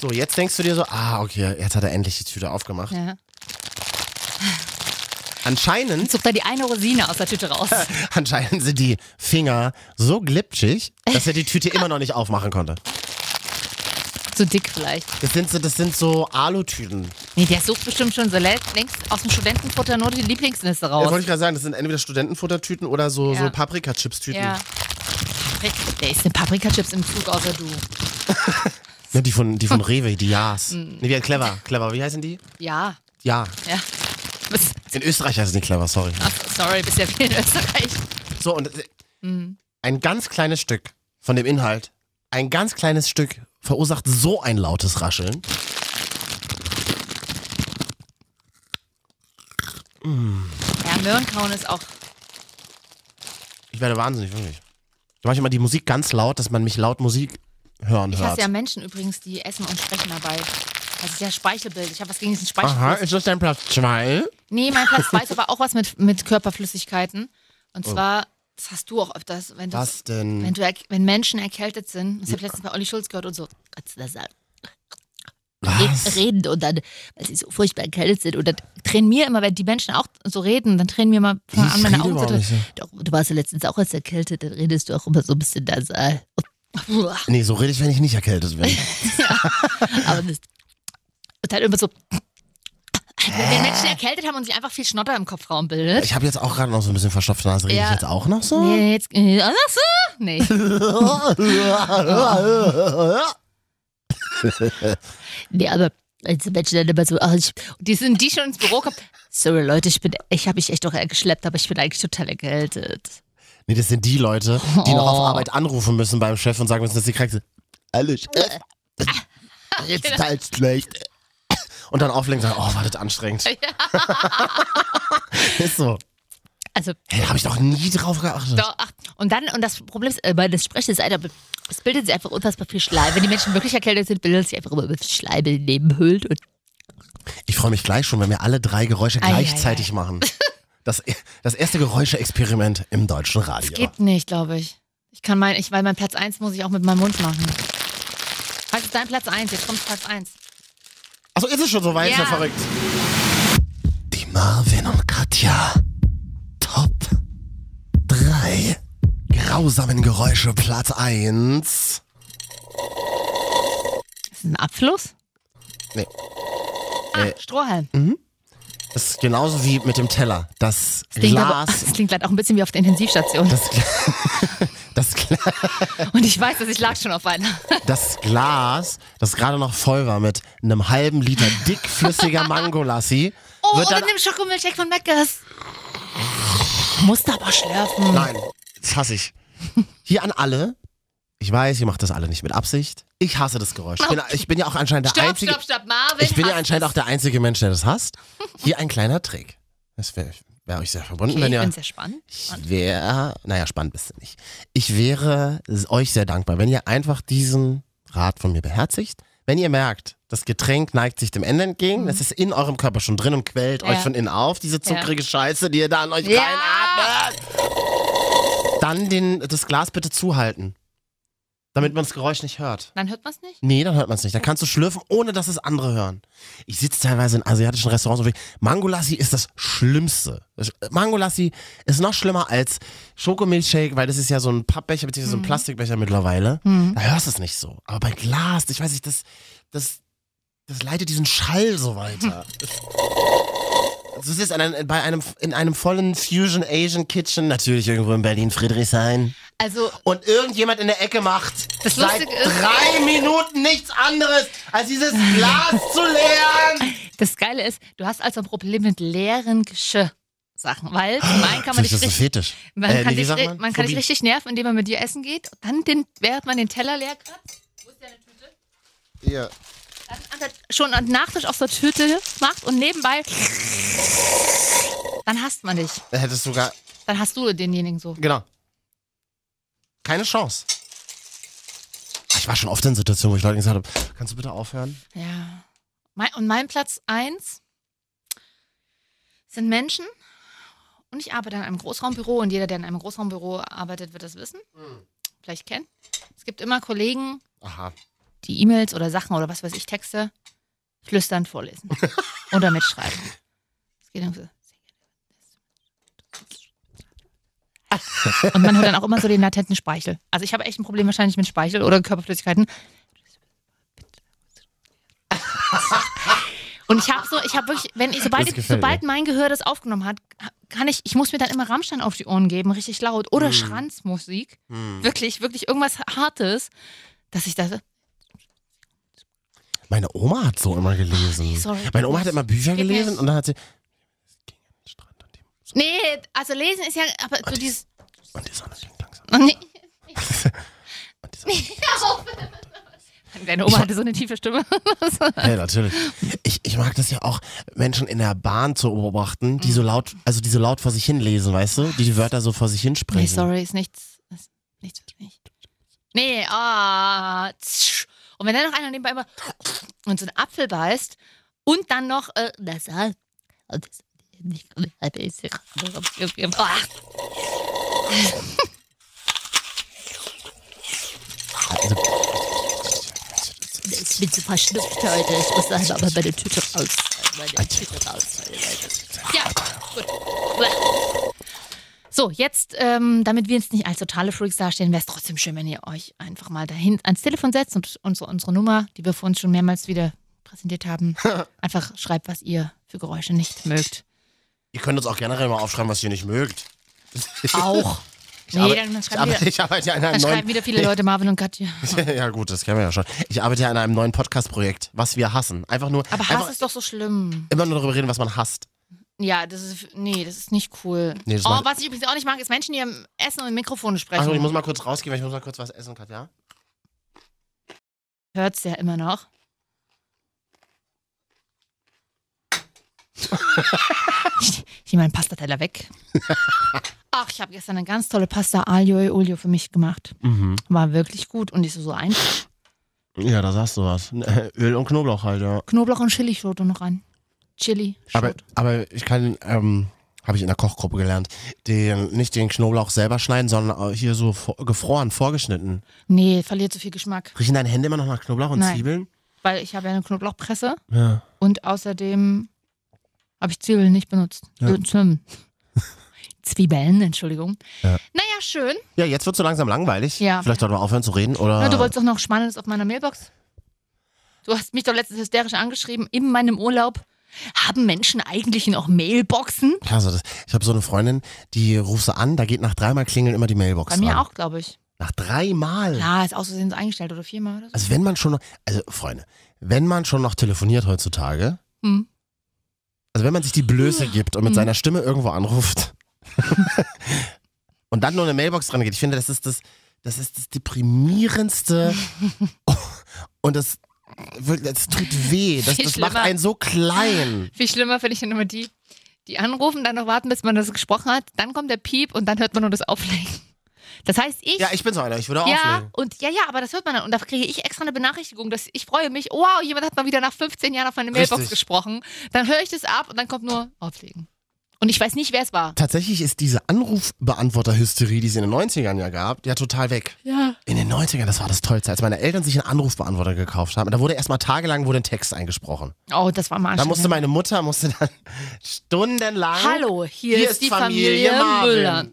[SPEAKER 2] So, jetzt denkst du dir so, ah, okay, jetzt hat er endlich die Tüte aufgemacht.
[SPEAKER 1] Ja.
[SPEAKER 2] Anscheinend
[SPEAKER 1] Zuckt da die eine Rosine aus der Tüte raus.
[SPEAKER 2] Anscheinend sind die Finger so glitschig, dass er die Tüte immer noch nicht aufmachen konnte.
[SPEAKER 1] Zu dick vielleicht.
[SPEAKER 2] Das sind so, das sind so Alutüten.
[SPEAKER 1] Nee, der sucht bestimmt schon so lä- längst aus dem Studentenfutter nur die Lieblingsnisse
[SPEAKER 2] Das
[SPEAKER 1] raus.
[SPEAKER 2] wollte ich gerade sagen, das sind entweder Studentenfuttertüten oder so,
[SPEAKER 1] Ja.
[SPEAKER 2] so Paprika-Chips-Tüten.
[SPEAKER 1] Ja. Richtig, der isst eine Paprikachips im Zug, außer du.
[SPEAKER 2] Ne, die von, die von Rewe, die Ja's.
[SPEAKER 1] Mm.
[SPEAKER 2] Ne, wie Clever, Clever, wie heißen die?
[SPEAKER 1] Ja,
[SPEAKER 2] Ja.
[SPEAKER 1] ja. Bist-
[SPEAKER 2] In Österreich heißen die Clever, sorry.
[SPEAKER 1] Sorry, bist ja viel in Österreich.
[SPEAKER 2] So, und äh,
[SPEAKER 1] Mm.
[SPEAKER 2] ein ganz kleines Stück von dem Inhalt, ein ganz kleines Stück verursacht so ein lautes Rascheln.
[SPEAKER 1] Ja, Möhrenkauen ist auch.
[SPEAKER 2] Ich werde wahnsinnig, wirklich. Da mache ich immer die Musik ganz laut, dass man mich laut Musik hören
[SPEAKER 1] Ich
[SPEAKER 2] hört.
[SPEAKER 1] hasse ja Menschen übrigens, die essen und sprechen dabei. Das ist ja Speichelbild. Ich habe was gegen diesen
[SPEAKER 2] Aha,
[SPEAKER 1] Speichelbild.
[SPEAKER 2] ist das dein Platz 2?
[SPEAKER 1] Nee, mein Platz 2 ist aber auch was mit, mit Körperflüssigkeiten. Und zwar, das hast du auch öfters, wenn, das,
[SPEAKER 2] Was denn?
[SPEAKER 1] wenn, du, erk- wenn Menschen erkältet sind. Das habe ich letztens bei Olli Schulz gehört und so. als das sagt,
[SPEAKER 2] Was?
[SPEAKER 1] eh Reden und dann, weil sie so furchtbar erkältet sind. Und dann tränen mir immer, wenn die Menschen auch so reden, dann tränen mir mal von
[SPEAKER 2] Ich
[SPEAKER 1] an meine
[SPEAKER 2] rede
[SPEAKER 1] Augen zu
[SPEAKER 2] überhaupt
[SPEAKER 1] tränen.
[SPEAKER 2] nicht
[SPEAKER 1] Doch, du warst ja letztens auch als erkältet, dann redest du auch immer so ein bisschen nasal.
[SPEAKER 2] Nee, so rede ich, wenn ich nicht erkältet bin.
[SPEAKER 1] Aber das ist halt immer so. Wenn Menschen erkältet haben und sich einfach viel Schnotter im ne? Kopfraum bildet.
[SPEAKER 2] Ich habe jetzt auch gerade noch so ein bisschen verstopfte Nase. Rede
[SPEAKER 1] Ja.
[SPEAKER 2] ich jetzt auch noch so?
[SPEAKER 1] Nee, jetzt. äh, Ach so? Nee. Nee, aber als Menschen dann immer so, ach, ich, und die sind die schon ins Büro kommen. Sorry, Leute, ich bin, ich habe mich echt doch geschleppt, aber ich bin eigentlich total erkältet.
[SPEAKER 2] Nee, das sind die Leute, die noch
[SPEAKER 1] Oh.
[SPEAKER 2] auf Arbeit anrufen müssen beim Chef und sagen müssen, dass sie krank sind. Alles. äh, Jetzt ist halt schlecht. Und dann auflegen und sagen, oh, war das anstrengend. ist so.
[SPEAKER 1] Also,
[SPEAKER 2] Hey, da habe ich doch nie drauf geachtet.
[SPEAKER 1] doch, ach, und dann, und das Problem ist, äh, bei das Sprechen ist einer, es bildet sich einfach unfassbar viel Schleim. Wenn die Menschen wirklich erkältet sind, bildet sich einfach immer viel Schleim in den Nebenhöhlen und
[SPEAKER 2] Ich freue mich gleich schon, wenn wir alle drei Geräusche
[SPEAKER 1] Ei, ei,
[SPEAKER 2] gleichzeitig machen. Das, das erste Geräuscheexperiment im deutschen Radio.
[SPEAKER 1] Geht nicht, glaube ich. Ich kann mein, ich, weil mein Platz 1 muss ich auch mit meinem Mund machen. Also dein Platz 1, jetzt kommt Platz 1.
[SPEAKER 2] Achso, Also, ist es schon soweit? Ist ja
[SPEAKER 1] Ja.
[SPEAKER 2] verrückt. Die Marvin und Katja. Top 3. Grausamen Geräusche, Platz 1.
[SPEAKER 1] Ist das ein Abfluss?
[SPEAKER 2] Nee. Äh,
[SPEAKER 1] Ah,
[SPEAKER 2] Nee.
[SPEAKER 1] Strohhalm.
[SPEAKER 2] Das ist genauso wie mit dem Teller. Das,
[SPEAKER 1] Das klingt, aber,
[SPEAKER 2] Glas.
[SPEAKER 1] das klingt leider auch ein bisschen wie auf der Intensivstation.
[SPEAKER 2] Das, Gla- das, Gla-
[SPEAKER 1] Und ich weiß, dass ich lag schon auf einer.
[SPEAKER 2] das Glas, das gerade noch voll war mit einem halben Liter dickflüssiger Mangolassi,
[SPEAKER 1] Oh,
[SPEAKER 2] wird
[SPEAKER 1] und
[SPEAKER 2] dann
[SPEAKER 1] in dem Schokomilchshake von Meckers. Musst aber schlürfen.
[SPEAKER 2] Nein, das hasse ich. Hier an alle. Ich weiß, ihr macht das alle nicht mit Absicht. Ich hasse das Geräusch. Ich bin, ich bin ja auch anscheinend der
[SPEAKER 1] Stopp,
[SPEAKER 2] einzige.
[SPEAKER 1] stopp, stopp, Marvin.
[SPEAKER 2] ich bin ja
[SPEAKER 1] hasst
[SPEAKER 2] anscheinend
[SPEAKER 1] es.
[SPEAKER 2] auch der einzige Mensch, der das hasst. Hier ein kleiner Trick. Das wäre wär euch sehr verbunden,
[SPEAKER 1] Okay,
[SPEAKER 2] wenn
[SPEAKER 1] ich
[SPEAKER 2] ihr.
[SPEAKER 1] bin sehr spannend.
[SPEAKER 2] Ich wäre. Naja, spannend bist du nicht. Ich wäre s- euch sehr dankbar, wenn ihr einfach diesen Rat von mir beherzigt. Wenn ihr merkt, das Getränk neigt sich dem Ende entgegen, das ist in eurem Körper schon drin und quält
[SPEAKER 1] Mhm. Ja.
[SPEAKER 2] euch von innen auf, diese zuckrige Scheiße, die ihr da an euch
[SPEAKER 1] Ja.
[SPEAKER 2] reinatmet. Dann den, das Glas bitte zuhalten, damit man das Geräusch nicht hört.
[SPEAKER 1] Dann hört man es nicht?
[SPEAKER 2] Nee, dann hört man es nicht. Dann kannst du schlürfen, ohne dass es andere hören. Ich sitze teilweise in asiatischen Restaurants und denk, Mangolassi ist das Schlimmste. Das- Mangolassi ist noch schlimmer als Schokomilchshake, weil das ist ja so ein Pappbecher bzw. so ein Plastikbecher mittlerweile. Da hörst du es nicht so. Aber bei Glas, ich weiß nicht, das, das, das leitet diesen Schall so weiter. Also es ist in einem, bei einem, in einem vollen Fusion Asian Kitchen, natürlich irgendwo in Berlin Friedrichshain
[SPEAKER 1] Also,
[SPEAKER 2] und irgendjemand in der Ecke macht
[SPEAKER 1] Das
[SPEAKER 2] seit
[SPEAKER 1] Lustige ist-
[SPEAKER 2] drei Minuten nichts anderes, als dieses Glas zu leeren.
[SPEAKER 1] das Geile ist, du hast also ein Problem mit leeren Geschirr-Sachen.
[SPEAKER 2] Ah,
[SPEAKER 1] Weil zum einen kann man dich richtig
[SPEAKER 2] Fetisch?
[SPEAKER 1] Man,
[SPEAKER 2] Äh,
[SPEAKER 1] kann,
[SPEAKER 2] nee, wie
[SPEAKER 1] dich,
[SPEAKER 2] sagt
[SPEAKER 1] ri-
[SPEAKER 2] man?
[SPEAKER 1] man, kann dich
[SPEAKER 2] Phobie.
[SPEAKER 1] richtig nerven, indem man mit dir essen geht. Und dann, den, während man den Teller leer kratzt,
[SPEAKER 2] Ja.
[SPEAKER 1] dann an der, schon einen Nachtisch aus der Tüte macht und nebenbei. Dann hasst man dich.
[SPEAKER 2] Da hättest du gar...
[SPEAKER 1] Dann hast du denjenigen so.
[SPEAKER 2] Genau. Keine Chance. Ich war schon oft in Situationen, wo ich Leuten gesagt habe, kannst du bitte aufhören?
[SPEAKER 1] Ja. Mein, und mein Platz eins sind Menschen. Und ich arbeite in einem Großraumbüro und jeder, der in einem Großraumbüro arbeitet, wird das wissen.
[SPEAKER 2] Hm.
[SPEAKER 1] Vielleicht kennen. Es gibt immer Kollegen,
[SPEAKER 2] Aha.
[SPEAKER 1] die E-Mails oder Sachen oder was weiß ich, Texte flüsternd vorlesen oder mitschreiben. Es geht dann so. Und man hört dann auch immer so den latenten Speichel. Also ich habe echt ein Problem wahrscheinlich mit Speichel oder Körperflüssigkeiten. Und ich habe so, ich habe wirklich, wenn ich, sobald,
[SPEAKER 2] Das gefällt
[SPEAKER 1] sobald mein Gehör das aufgenommen hat, kann ich, ich muss mir dann immer Rammstein auf die Ohren geben, richtig laut. Oder
[SPEAKER 2] Mm.
[SPEAKER 1] Schranzmusik. Wirklich, wirklich irgendwas Hartes, dass ich dachte,
[SPEAKER 2] Meine Oma hat so immer gelesen.
[SPEAKER 1] sorry.
[SPEAKER 2] Meine Oma hat immer Bücher
[SPEAKER 1] Geht mir
[SPEAKER 2] gelesen
[SPEAKER 1] jetzt-
[SPEAKER 2] und dann hat sie... Es ging an den Strand und die,
[SPEAKER 1] Nee, also lesen ist ja, aber so dieses.
[SPEAKER 2] und die Sonne ging langsam.
[SPEAKER 1] Nee.
[SPEAKER 2] Und die Sonne
[SPEAKER 1] Deine Oma hatte so eine tiefe Stimme.
[SPEAKER 2] Ja, natürlich. Ich, ich mag das ja auch, Menschen in der Bahn zu beobachten, die
[SPEAKER 1] Mhm.
[SPEAKER 2] so laut, also die so laut vor sich hinlesen, weißt du? Die die Wörter so vor sich hinsprechen.
[SPEAKER 1] Nee, sorry, ist nichts. Ist nichts für mich. Nee, ah. tsch. Und wenn dann noch einer nebenbei immer und so einen Apfel beißt und dann noch äh, das hat- und das- nicht- Ah,
[SPEAKER 2] Also,
[SPEAKER 1] Ich bin so verschnupft heute. Ich muss einfach mal meine Tüte raus. Meine Tüte raus. Ja, gut. So, jetzt, ähm, damit wir jetzt nicht als totale Freaks dastehen, wäre es trotzdem schön, wenn ihr euch einfach mal dahin ans Telefon setzt und unsere, unsere Nummer, die wir vor uns schon mehrmals wieder präsentiert haben, einfach schreibt, was ihr für Geräusche nicht mögt.
[SPEAKER 2] Ihr könnt uns auch generell mal aufschreiben, was ihr nicht mögt.
[SPEAKER 1] Auch.
[SPEAKER 2] Ich,
[SPEAKER 1] Nee,
[SPEAKER 2] arbe
[SPEAKER 1] dann, dann,
[SPEAKER 2] ich,
[SPEAKER 1] schreiben
[SPEAKER 2] arbeite,
[SPEAKER 1] wieder,
[SPEAKER 2] ich arbeite ja an einem
[SPEAKER 1] dann
[SPEAKER 2] neuen.
[SPEAKER 1] schreiben wieder viele Leute Marvin und Katja.
[SPEAKER 2] ja, gut, das kennen wir ja schon. Ich arbeite ja an einem neuen Podcast-Projekt, was wir hassen. Einfach nur.
[SPEAKER 1] Aber
[SPEAKER 2] einfach
[SPEAKER 1] Hass ist doch so schlimm.
[SPEAKER 2] immer nur darüber reden, was man hasst.
[SPEAKER 1] Ja, das ist. Nee, das ist nicht cool.
[SPEAKER 2] Nee, das
[SPEAKER 1] oh,
[SPEAKER 2] mag-
[SPEAKER 1] was ich übrigens auch nicht mag, ist Menschen, die am Essen und in Mikrofone sprechen.
[SPEAKER 2] Achso, ich muss mal kurz rausgehen, weil ich muss mal kurz was essen, Katja.
[SPEAKER 1] Hört's ja immer noch. ich ich nehme meinen Pastateller weg. Ach, ich habe gestern eine ganz tolle Pasta Aglio e Olio für mich gemacht.
[SPEAKER 2] Mhm.
[SPEAKER 1] War wirklich gut und ich so, so ein
[SPEAKER 2] Ja, da sagst du was. Öl und Knoblauch halt, ja.
[SPEAKER 1] Knoblauch und Chilischote noch rein. Chili.
[SPEAKER 2] Aber, aber ich kann, ähm, habe ich in der Kochgruppe gelernt, den, nicht den Knoblauch selber schneiden, sondern auch hier so vor, gefroren, vorgeschnitten.
[SPEAKER 1] Nee, verliert zu viel Geschmack,
[SPEAKER 2] Riechen deine Hände immer noch nach Knoblauch und
[SPEAKER 1] Nein.
[SPEAKER 2] Zwiebeln?
[SPEAKER 1] weil ich habe ja eine Knoblauchpresse
[SPEAKER 2] Ja.
[SPEAKER 1] und außerdem habe ich Zwiebeln nicht benutzt.
[SPEAKER 2] Ja.
[SPEAKER 1] Äh, Zwiebeln. Zwiebeln, Entschuldigung.
[SPEAKER 2] Ja.
[SPEAKER 1] Naja, schön.
[SPEAKER 2] Ja, jetzt wird so langsam langweilig.
[SPEAKER 1] Ja.
[SPEAKER 2] Vielleicht sollten wir aufhören zu reden oder.
[SPEAKER 1] Na, du wolltest doch noch Schmalendes auf meiner Mailbox. Du hast mich doch letztens hysterisch angeschrieben, in meinem Urlaub. Haben Menschen eigentlich noch Mailboxen?
[SPEAKER 2] Ja, so das, ich habe so eine Freundin, die rufst du an, da geht nach dreimal klingeln immer die Mailbox.
[SPEAKER 1] Bei mir
[SPEAKER 2] ran.
[SPEAKER 1] auch, glaube ich.
[SPEAKER 2] Nach dreimal.
[SPEAKER 1] Ja, ist aus Versehen so eingestellt oder viermal oder so.
[SPEAKER 2] Also wenn man schon noch, also Freunde, wenn man schon noch telefoniert heutzutage,
[SPEAKER 1] Hm.
[SPEAKER 2] also wenn man sich die Blöße gibt und mit
[SPEAKER 1] Hm.
[SPEAKER 2] seiner Stimme irgendwo anruft und dann nur eine Mailbox dran geht, ich finde, das ist das, das ist das deprimierendste und das, wirklich- das tut weh, das,
[SPEAKER 1] Viel
[SPEAKER 2] das macht
[SPEAKER 1] schlimmer.
[SPEAKER 2] einen so klein.
[SPEAKER 1] Viel schlimmer finde ich dann immer die, die anrufen, dann noch warten, bis man das gesprochen hat. Dann kommt der Piep und dann hört man nur das Auflegen. Das heißt, ich.
[SPEAKER 2] Ja, ich bin so einer, ich würde
[SPEAKER 1] ja,
[SPEAKER 2] auflegen.
[SPEAKER 1] und ja, ja, aber das hört man dann. Und da kriege ich extra eine Benachrichtigung, dass ich freue mich, wow, jemand hat mal wieder nach 15 Jahren auf meine Mailbox
[SPEAKER 2] Richtig.
[SPEAKER 1] gesprochen. Dann höre ich das ab und dann kommt nur Auflegen. Und ich weiß nicht, wer es war.
[SPEAKER 2] Tatsächlich ist diese Anrufbeantworter-Hysterie, die es in den 90ern ja gab, ja total weg.
[SPEAKER 1] Ja.
[SPEAKER 2] In den 90ern, das war das Tollste, als meine Eltern sich einen Anrufbeantworter gekauft haben. Da wurde erstmal tagelang wurde ein Text eingesprochen.
[SPEAKER 1] Oh, das war mal
[SPEAKER 2] Da musste
[SPEAKER 1] anstrengend.
[SPEAKER 2] meine Mutter musste dann stundenlang.
[SPEAKER 1] Hallo, hier,
[SPEAKER 2] Hier
[SPEAKER 1] ist die
[SPEAKER 2] ist Familie
[SPEAKER 1] Familie,
[SPEAKER 2] Marvin.
[SPEAKER 1] Müller.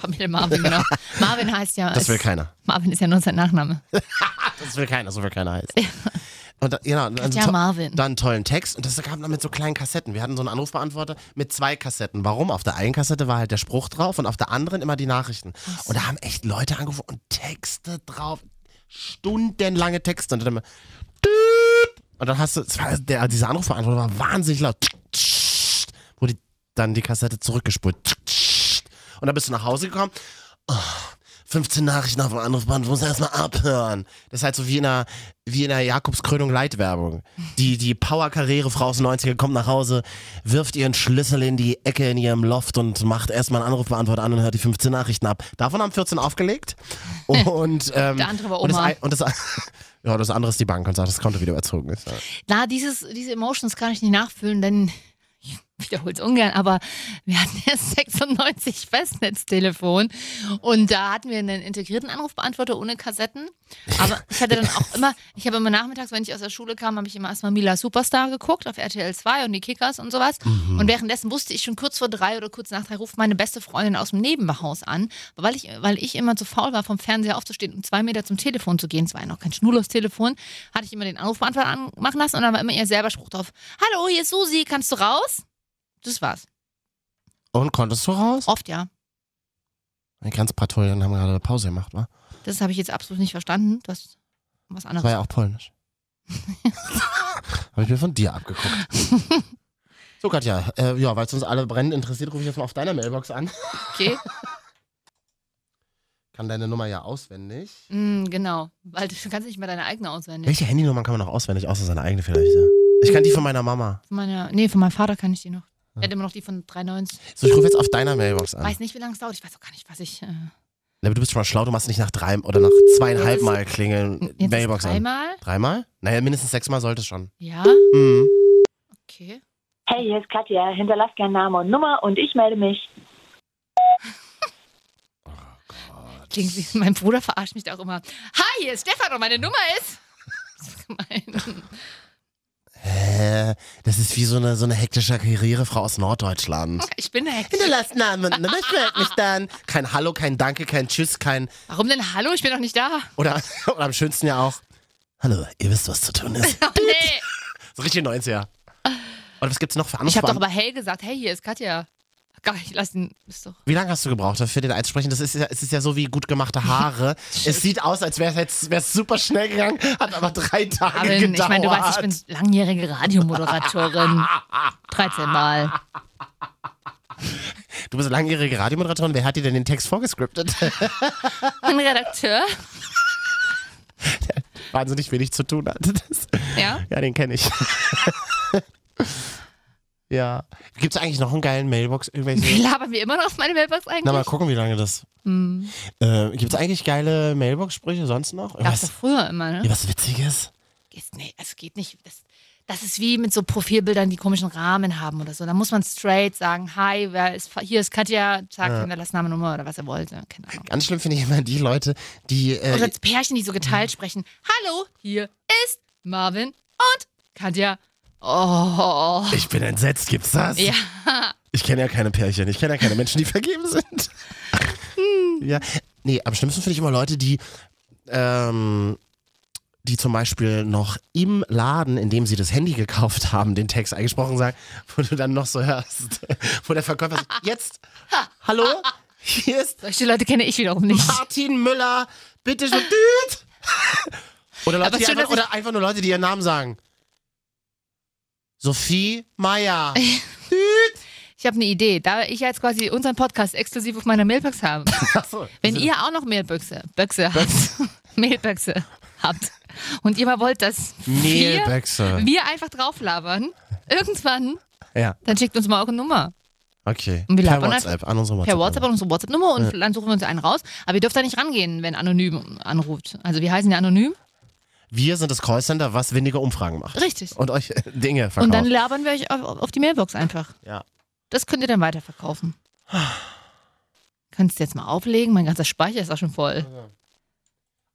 [SPEAKER 1] Familie Marvin, genau. Marvin heißt ja.
[SPEAKER 2] Das will
[SPEAKER 1] ist-
[SPEAKER 2] keiner.
[SPEAKER 1] Marvin ist ja nur sein Nachname.
[SPEAKER 2] Das will keiner, so will keiner heißen. Und da, genau, und dann,
[SPEAKER 1] Ja,
[SPEAKER 2] to-
[SPEAKER 1] Marvin.
[SPEAKER 2] dann einen tollen Text und das kam dann mit so kleinen Kassetten. Wir hatten so einen Anrufbeantworter mit zwei Kassetten. Warum? Auf der einen Kassette war halt der Spruch drauf und auf der anderen immer die Nachrichten. Und da haben echt Leute angerufen und Texte drauf. Stundenlange Texte. Und dann immer. tüt. Und dann hast du. es War, der, dieser Anrufbeantworter war wahnsinnig laut. Wurde dann die Kassette zurückgespult. Und dann bist du nach Hause gekommen. Oh, 15 Nachrichten auf dem Anrufband, muss erstmal abhören. Das ist halt so wie in einer, wie in der Jakobskrönung Leitwerbung. Die, die Power-Karrierefrau aus den 90ern kommt nach Hause, wirft ihren Schlüssel in die Ecke in ihrem Loft und macht erstmal einen Anrufbeantworter an und hört die 15 Nachrichten ab. Davon haben 14 aufgelegt. Und, ähm,
[SPEAKER 1] Der andere war
[SPEAKER 2] Und das,
[SPEAKER 1] Oma.
[SPEAKER 2] ein- und das, ja, das andere ist die Bank und sagt, das Konto wieder überzogen ist. Ja.
[SPEAKER 1] Na, dieses, diese Emotions kann ich nicht nachfüllen, denn ich wiederhole es ungern, aber wir hatten ja 96 Festnetztelefon und da hatten wir einen integrierten Anrufbeantworter ohne Kassetten. Aber ich hatte dann auch immer, ich habe immer nachmittags, wenn ich aus der Schule kam, habe ich immer erstmal Mila Superstar geguckt auf RTL 2 und die Kickers und sowas. Und währenddessen wusste ich schon kurz vor drei oder kurz nach drei ruft meine beste Freundin aus dem Nebenhaus an, weil ich, weil ich immer zu faul war, vom Fernseher aufzustehen und zwei Meter zum Telefon zu gehen. Es war ja noch kein schnurlos Telefon. Hatte ich immer den Anrufbeantworter anmachen lassen und dann war immer ihr selber Spruch drauf. Hallo, hier ist Susi, kannst du raus? Das war's.
[SPEAKER 2] Und konntest du raus?
[SPEAKER 1] Oft ja.
[SPEAKER 2] Die ganzen Patrouillen haben gerade eine Pause gemacht, wa?
[SPEAKER 1] Das habe ich jetzt absolut nicht verstanden. Du hast was
[SPEAKER 2] Das war
[SPEAKER 1] anderes.
[SPEAKER 2] ja auch polnisch. Habe ich mir von dir abgeguckt. So, Katja, äh, ja, weil es uns alle brennend interessiert, rufe ich jetzt mal auf deiner Mailbox an.
[SPEAKER 1] Okay.
[SPEAKER 2] Kann deine Nummer ja auswendig.
[SPEAKER 1] Mm, genau. Weil du kannst nicht mehr deine eigene auswendig.
[SPEAKER 2] Welche Handynummern kann man noch auswendig, außer seine eigene vielleicht? Ja? Ich kann die von meiner Mama.
[SPEAKER 1] Von meiner, nee, von meinem Vater kann ich die noch.
[SPEAKER 2] Ah.
[SPEAKER 1] Er hat immer noch die von 3,90.
[SPEAKER 2] So, ich rufe jetzt auf deiner Mailbox an.
[SPEAKER 1] Weiß nicht, wie lange es dauert. Ich weiß auch gar nicht, was ich. Äh,
[SPEAKER 2] Na, aber du bist schon mal schlau, du machst nicht nach drei oder nach zweieinhalb
[SPEAKER 1] Jetzt-
[SPEAKER 2] Mal klingeln
[SPEAKER 1] jetzt
[SPEAKER 2] Mailbox an.
[SPEAKER 1] dreimal?
[SPEAKER 2] Dreimal? Naja, mindestens sechsmal sollte es schon.
[SPEAKER 1] Ja,
[SPEAKER 2] Mhm.
[SPEAKER 1] okay.
[SPEAKER 8] Hey, hier ist Katja. Hinterlasst gerne Name und Nummer und ich melde mich.
[SPEAKER 2] Oh
[SPEAKER 1] Klingt wie, mein Bruder verarscht mich da auch immer. Hi, hier ist Stefan und meine Nummer ist. Das ist gemein.
[SPEAKER 2] Hä? Äh, Das ist wie so eine, so eine hektische Karrierefrau aus Norddeutschland.
[SPEAKER 1] Ich bin hektisch.
[SPEAKER 2] Hinterlasst Namen, ne? Ich meld mich dann. Kein Hallo, kein Danke, kein Tschüss, kein.
[SPEAKER 1] Warum denn Hallo? Ich bin doch nicht da.
[SPEAKER 2] Oder, oder am schönsten ja auch. Hallo, ihr wisst, was zu tun ist.
[SPEAKER 1] Oh, nee.
[SPEAKER 2] So richtig 90er. Und was gibt's noch für andere
[SPEAKER 1] Ich habe doch
[SPEAKER 2] Verwandte?
[SPEAKER 1] aber hey gesagt, hey, hier ist Katja. Gar nicht lassen. Ist doch.
[SPEAKER 2] Wie lange hast du gebraucht dafür, den einzusprechen? Das ist ja, es ist ja so wie gut gemachte Haare. es sieht aus, als wäre es super schnell gegangen, hat aber drei Tage
[SPEAKER 1] Aber ich
[SPEAKER 2] Äh, gedauert.
[SPEAKER 1] meine, du weißt, ich bin langjährige Radiomoderatorin. 13 Mal.
[SPEAKER 2] Du bist langjährige Radiomoderatorin. Wer hat dir denn den Text vorgescriptet?
[SPEAKER 1] Ein Redakteur.
[SPEAKER 2] Wahnsinnig wenig zu tun hatte. Das.
[SPEAKER 1] Ja.
[SPEAKER 2] Ja, den kenne ich. ja. Gibt's eigentlich noch einen geilen Mailbox?
[SPEAKER 1] Wie
[SPEAKER 2] Irgendwelche?
[SPEAKER 1] labern wir immer noch auf meine Mailbox
[SPEAKER 2] Na, mal
[SPEAKER 1] eigentlich?
[SPEAKER 2] gucken, wie lange das.
[SPEAKER 1] Hm.
[SPEAKER 2] Äh, Gibt's eigentlich geile Mailbox-Sprüche sonst noch?
[SPEAKER 1] Gab's
[SPEAKER 2] Irgendwas,
[SPEAKER 1] doch früher immer, ne?
[SPEAKER 2] irgendwas Witziges?
[SPEAKER 1] Ist, nee, es geht nicht. Das, das ist wie mit so Profilbildern, die komischen Rahmen haben oder so. Da muss man straight sagen, hi, wer ist, hier ist Katja, zack,
[SPEAKER 2] Ja.
[SPEAKER 1] hinterlass Name, Nummer oder was er wollte. Keine Ahnung.
[SPEAKER 2] Ganz schlimm finde ich immer die Leute, die. Äh,
[SPEAKER 1] Oder als Pärchen, die so geteilt sprechen. Hallo, hier ist Marvin und Katja. Oh.
[SPEAKER 2] ich bin entsetzt, gibt's das?
[SPEAKER 1] Ja.
[SPEAKER 2] Ich kenne ja keine Pärchen, ich kenne ja keine Menschen, die vergeben sind.
[SPEAKER 1] Hm.
[SPEAKER 2] ja. Nee, am schlimmsten finde ich immer Leute, die, ähm, die zum Beispiel noch im Laden, in dem sie das Handy gekauft haben, den Text eingesprochen sagen, wo du dann noch so hörst, wo der Verkäufer sagt, jetzt, hallo, hier ist
[SPEAKER 1] Solche Leute kenne ich wiederum nicht.
[SPEAKER 2] Martin Müller, bitte so düt. Oder, Leute,
[SPEAKER 1] Aber
[SPEAKER 2] die
[SPEAKER 1] schön,
[SPEAKER 2] einfach,
[SPEAKER 1] dass ich-
[SPEAKER 2] oder einfach nur Leute, die ihren Namen sagen. Sophie Meyer.
[SPEAKER 1] Ich habe eine Idee. Da ich jetzt quasi unseren Podcast exklusiv auf meiner Mailbox habe,
[SPEAKER 2] Achso.
[SPEAKER 1] wenn ihr auch noch Mailböchse Böchse habt, Mailböchse habt und ihr mal wollt, dass wir,
[SPEAKER 2] Mehlböchse.
[SPEAKER 1] wir einfach drauflabern, irgendwann,
[SPEAKER 2] Ja.
[SPEAKER 1] dann schickt uns mal eure Nummer.
[SPEAKER 2] Okay.
[SPEAKER 1] Und wir
[SPEAKER 2] per
[SPEAKER 1] labern
[SPEAKER 2] WhatsApp, an unsere WhatsApp.
[SPEAKER 1] Per WhatsApp an unsere WhatsApp-Nummer und dann suchen wir uns einen raus. Aber ihr dürft da nicht rangehen, wenn anonym anruft. Also wir heißen ja anonym.
[SPEAKER 2] Wir sind das Callcenter, was weniger Umfragen macht.
[SPEAKER 1] Richtig.
[SPEAKER 2] Und euch äh, Dinge verkauft.
[SPEAKER 1] Und dann labern wir euch auf, auf die Mailbox einfach.
[SPEAKER 2] Ja.
[SPEAKER 1] Das könnt ihr dann weiterverkaufen. Könntest du jetzt mal auflegen? Mein ganzer Speicher ist auch schon voll.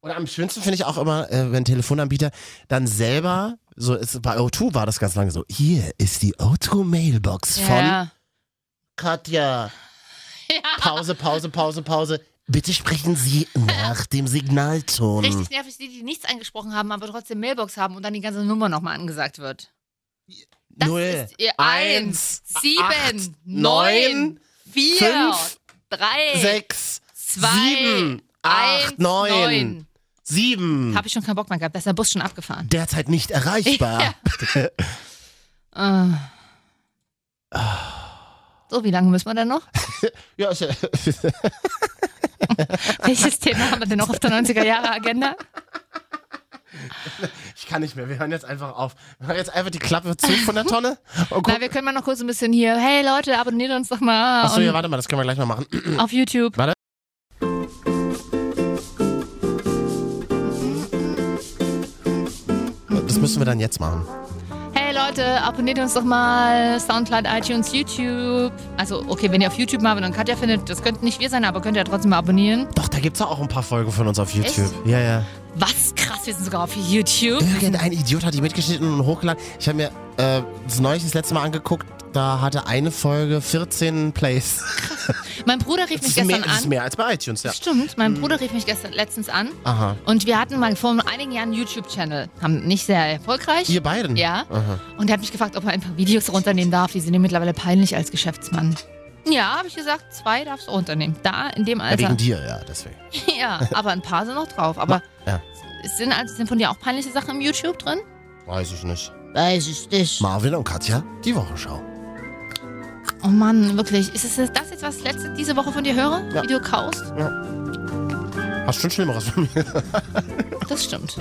[SPEAKER 2] Oder am schönsten finde ich auch immer, äh, wenn Telefonanbieter dann selber, so ist, bei O2 war das ganz lange so, hier ist die O2 Mailbox von
[SPEAKER 1] Ja.
[SPEAKER 2] Katja. Pause, Pause, Pause, Pause. Bitte sprechen Sie nach dem Signalton.
[SPEAKER 1] Richtig nervig, die, die nichts eingesprochen haben, aber trotzdem Mailbox haben und dann die ganze Nummer nochmal angesagt wird. Das
[SPEAKER 2] Null,
[SPEAKER 1] ist ihr
[SPEAKER 2] eins,
[SPEAKER 1] eins, sieben,
[SPEAKER 2] acht, neun,
[SPEAKER 1] neun, vier,
[SPEAKER 2] fünf,
[SPEAKER 1] drei,
[SPEAKER 2] Sechs,
[SPEAKER 1] zwei,
[SPEAKER 2] sieben, acht,
[SPEAKER 1] eins,
[SPEAKER 2] neun,
[SPEAKER 1] neun.
[SPEAKER 2] sieben.
[SPEAKER 1] Habe ich schon keinen Bock mehr gehabt. Da ist der Bus schon abgefahren.
[SPEAKER 2] Derzeit nicht erreichbar.
[SPEAKER 1] Ah. So, wie lange müssen wir denn noch?
[SPEAKER 2] Ja, ist ja.
[SPEAKER 1] Welches Thema haben wir denn noch auf der 90er-Jahre-Agenda?
[SPEAKER 2] Ich kann nicht mehr. Wir hören jetzt einfach auf. Wir hören jetzt einfach die Klappe zu von der Tonne. Und
[SPEAKER 1] Na,
[SPEAKER 2] gucken.
[SPEAKER 1] wir können mal noch kurz ein bisschen hier. Hey Leute, abonniert uns doch mal
[SPEAKER 2] Achso,
[SPEAKER 1] und
[SPEAKER 2] ja, warte mal, das können wir gleich noch machen.
[SPEAKER 1] auf YouTube.
[SPEAKER 2] Warte. Das müssen wir dann jetzt machen.
[SPEAKER 1] Hey Leute, abonniert uns doch mal Soundcloud, iTunes, YouTube. Also, okay, wenn ihr auf YouTube Marvin und Katja findet, das könnten nicht wir sein, aber könnt ihr ja trotzdem mal abonnieren.
[SPEAKER 2] Doch, da gibt's auch ein paar Folgen von uns auf YouTube. Ja, ja.
[SPEAKER 1] Was? Krass, wir sind sogar auf YouTube.
[SPEAKER 2] Irgendein Idiot hat die mitgeschnitten und hochgeladen. Ich habe mir äh, das neulich das letzte Mal angeguckt, da hatte eine Folge 14 Plays.
[SPEAKER 1] Mein Bruder rief
[SPEAKER 2] Das
[SPEAKER 1] mich
[SPEAKER 2] ist, mehr,
[SPEAKER 1] gestern
[SPEAKER 2] das ist
[SPEAKER 1] an.
[SPEAKER 2] mehr als bei iTunes, ja.
[SPEAKER 1] Stimmt, mein Bruder rief mich gestern letztens an.
[SPEAKER 2] Aha.
[SPEAKER 1] Und wir hatten mal vor einigen Jahren einen YouTube-Channel. Haben nicht sehr erfolgreich.
[SPEAKER 2] Ihr beiden?
[SPEAKER 1] Ja.
[SPEAKER 2] Aha.
[SPEAKER 1] Und er hat mich gefragt, ob er ein paar Videos runternehmen darf. Die sind ihm mittlerweile peinlich als Geschäftsmann. Ja, habe ich gesagt, zwei darfst du runternehmen. Da, in dem
[SPEAKER 2] Ja, wegen
[SPEAKER 1] Alter.
[SPEAKER 2] dir, ja, deswegen.
[SPEAKER 1] Ja, aber ein paar sind noch drauf. Aber
[SPEAKER 2] Ja.
[SPEAKER 1] es sind, also sind von dir auch peinliche Sachen im YouTube drin?
[SPEAKER 2] Weiß ich nicht.
[SPEAKER 1] Weiß ich nicht.
[SPEAKER 2] Marvin und Katja, die Wochenschau.
[SPEAKER 1] Oh Mann, wirklich. Ist es das jetzt, was ich letzte, diese Woche von dir höre?
[SPEAKER 2] Ja.
[SPEAKER 1] Wie du kaust?
[SPEAKER 2] Hast schon Schlimmeres von mir.
[SPEAKER 1] Das stimmt.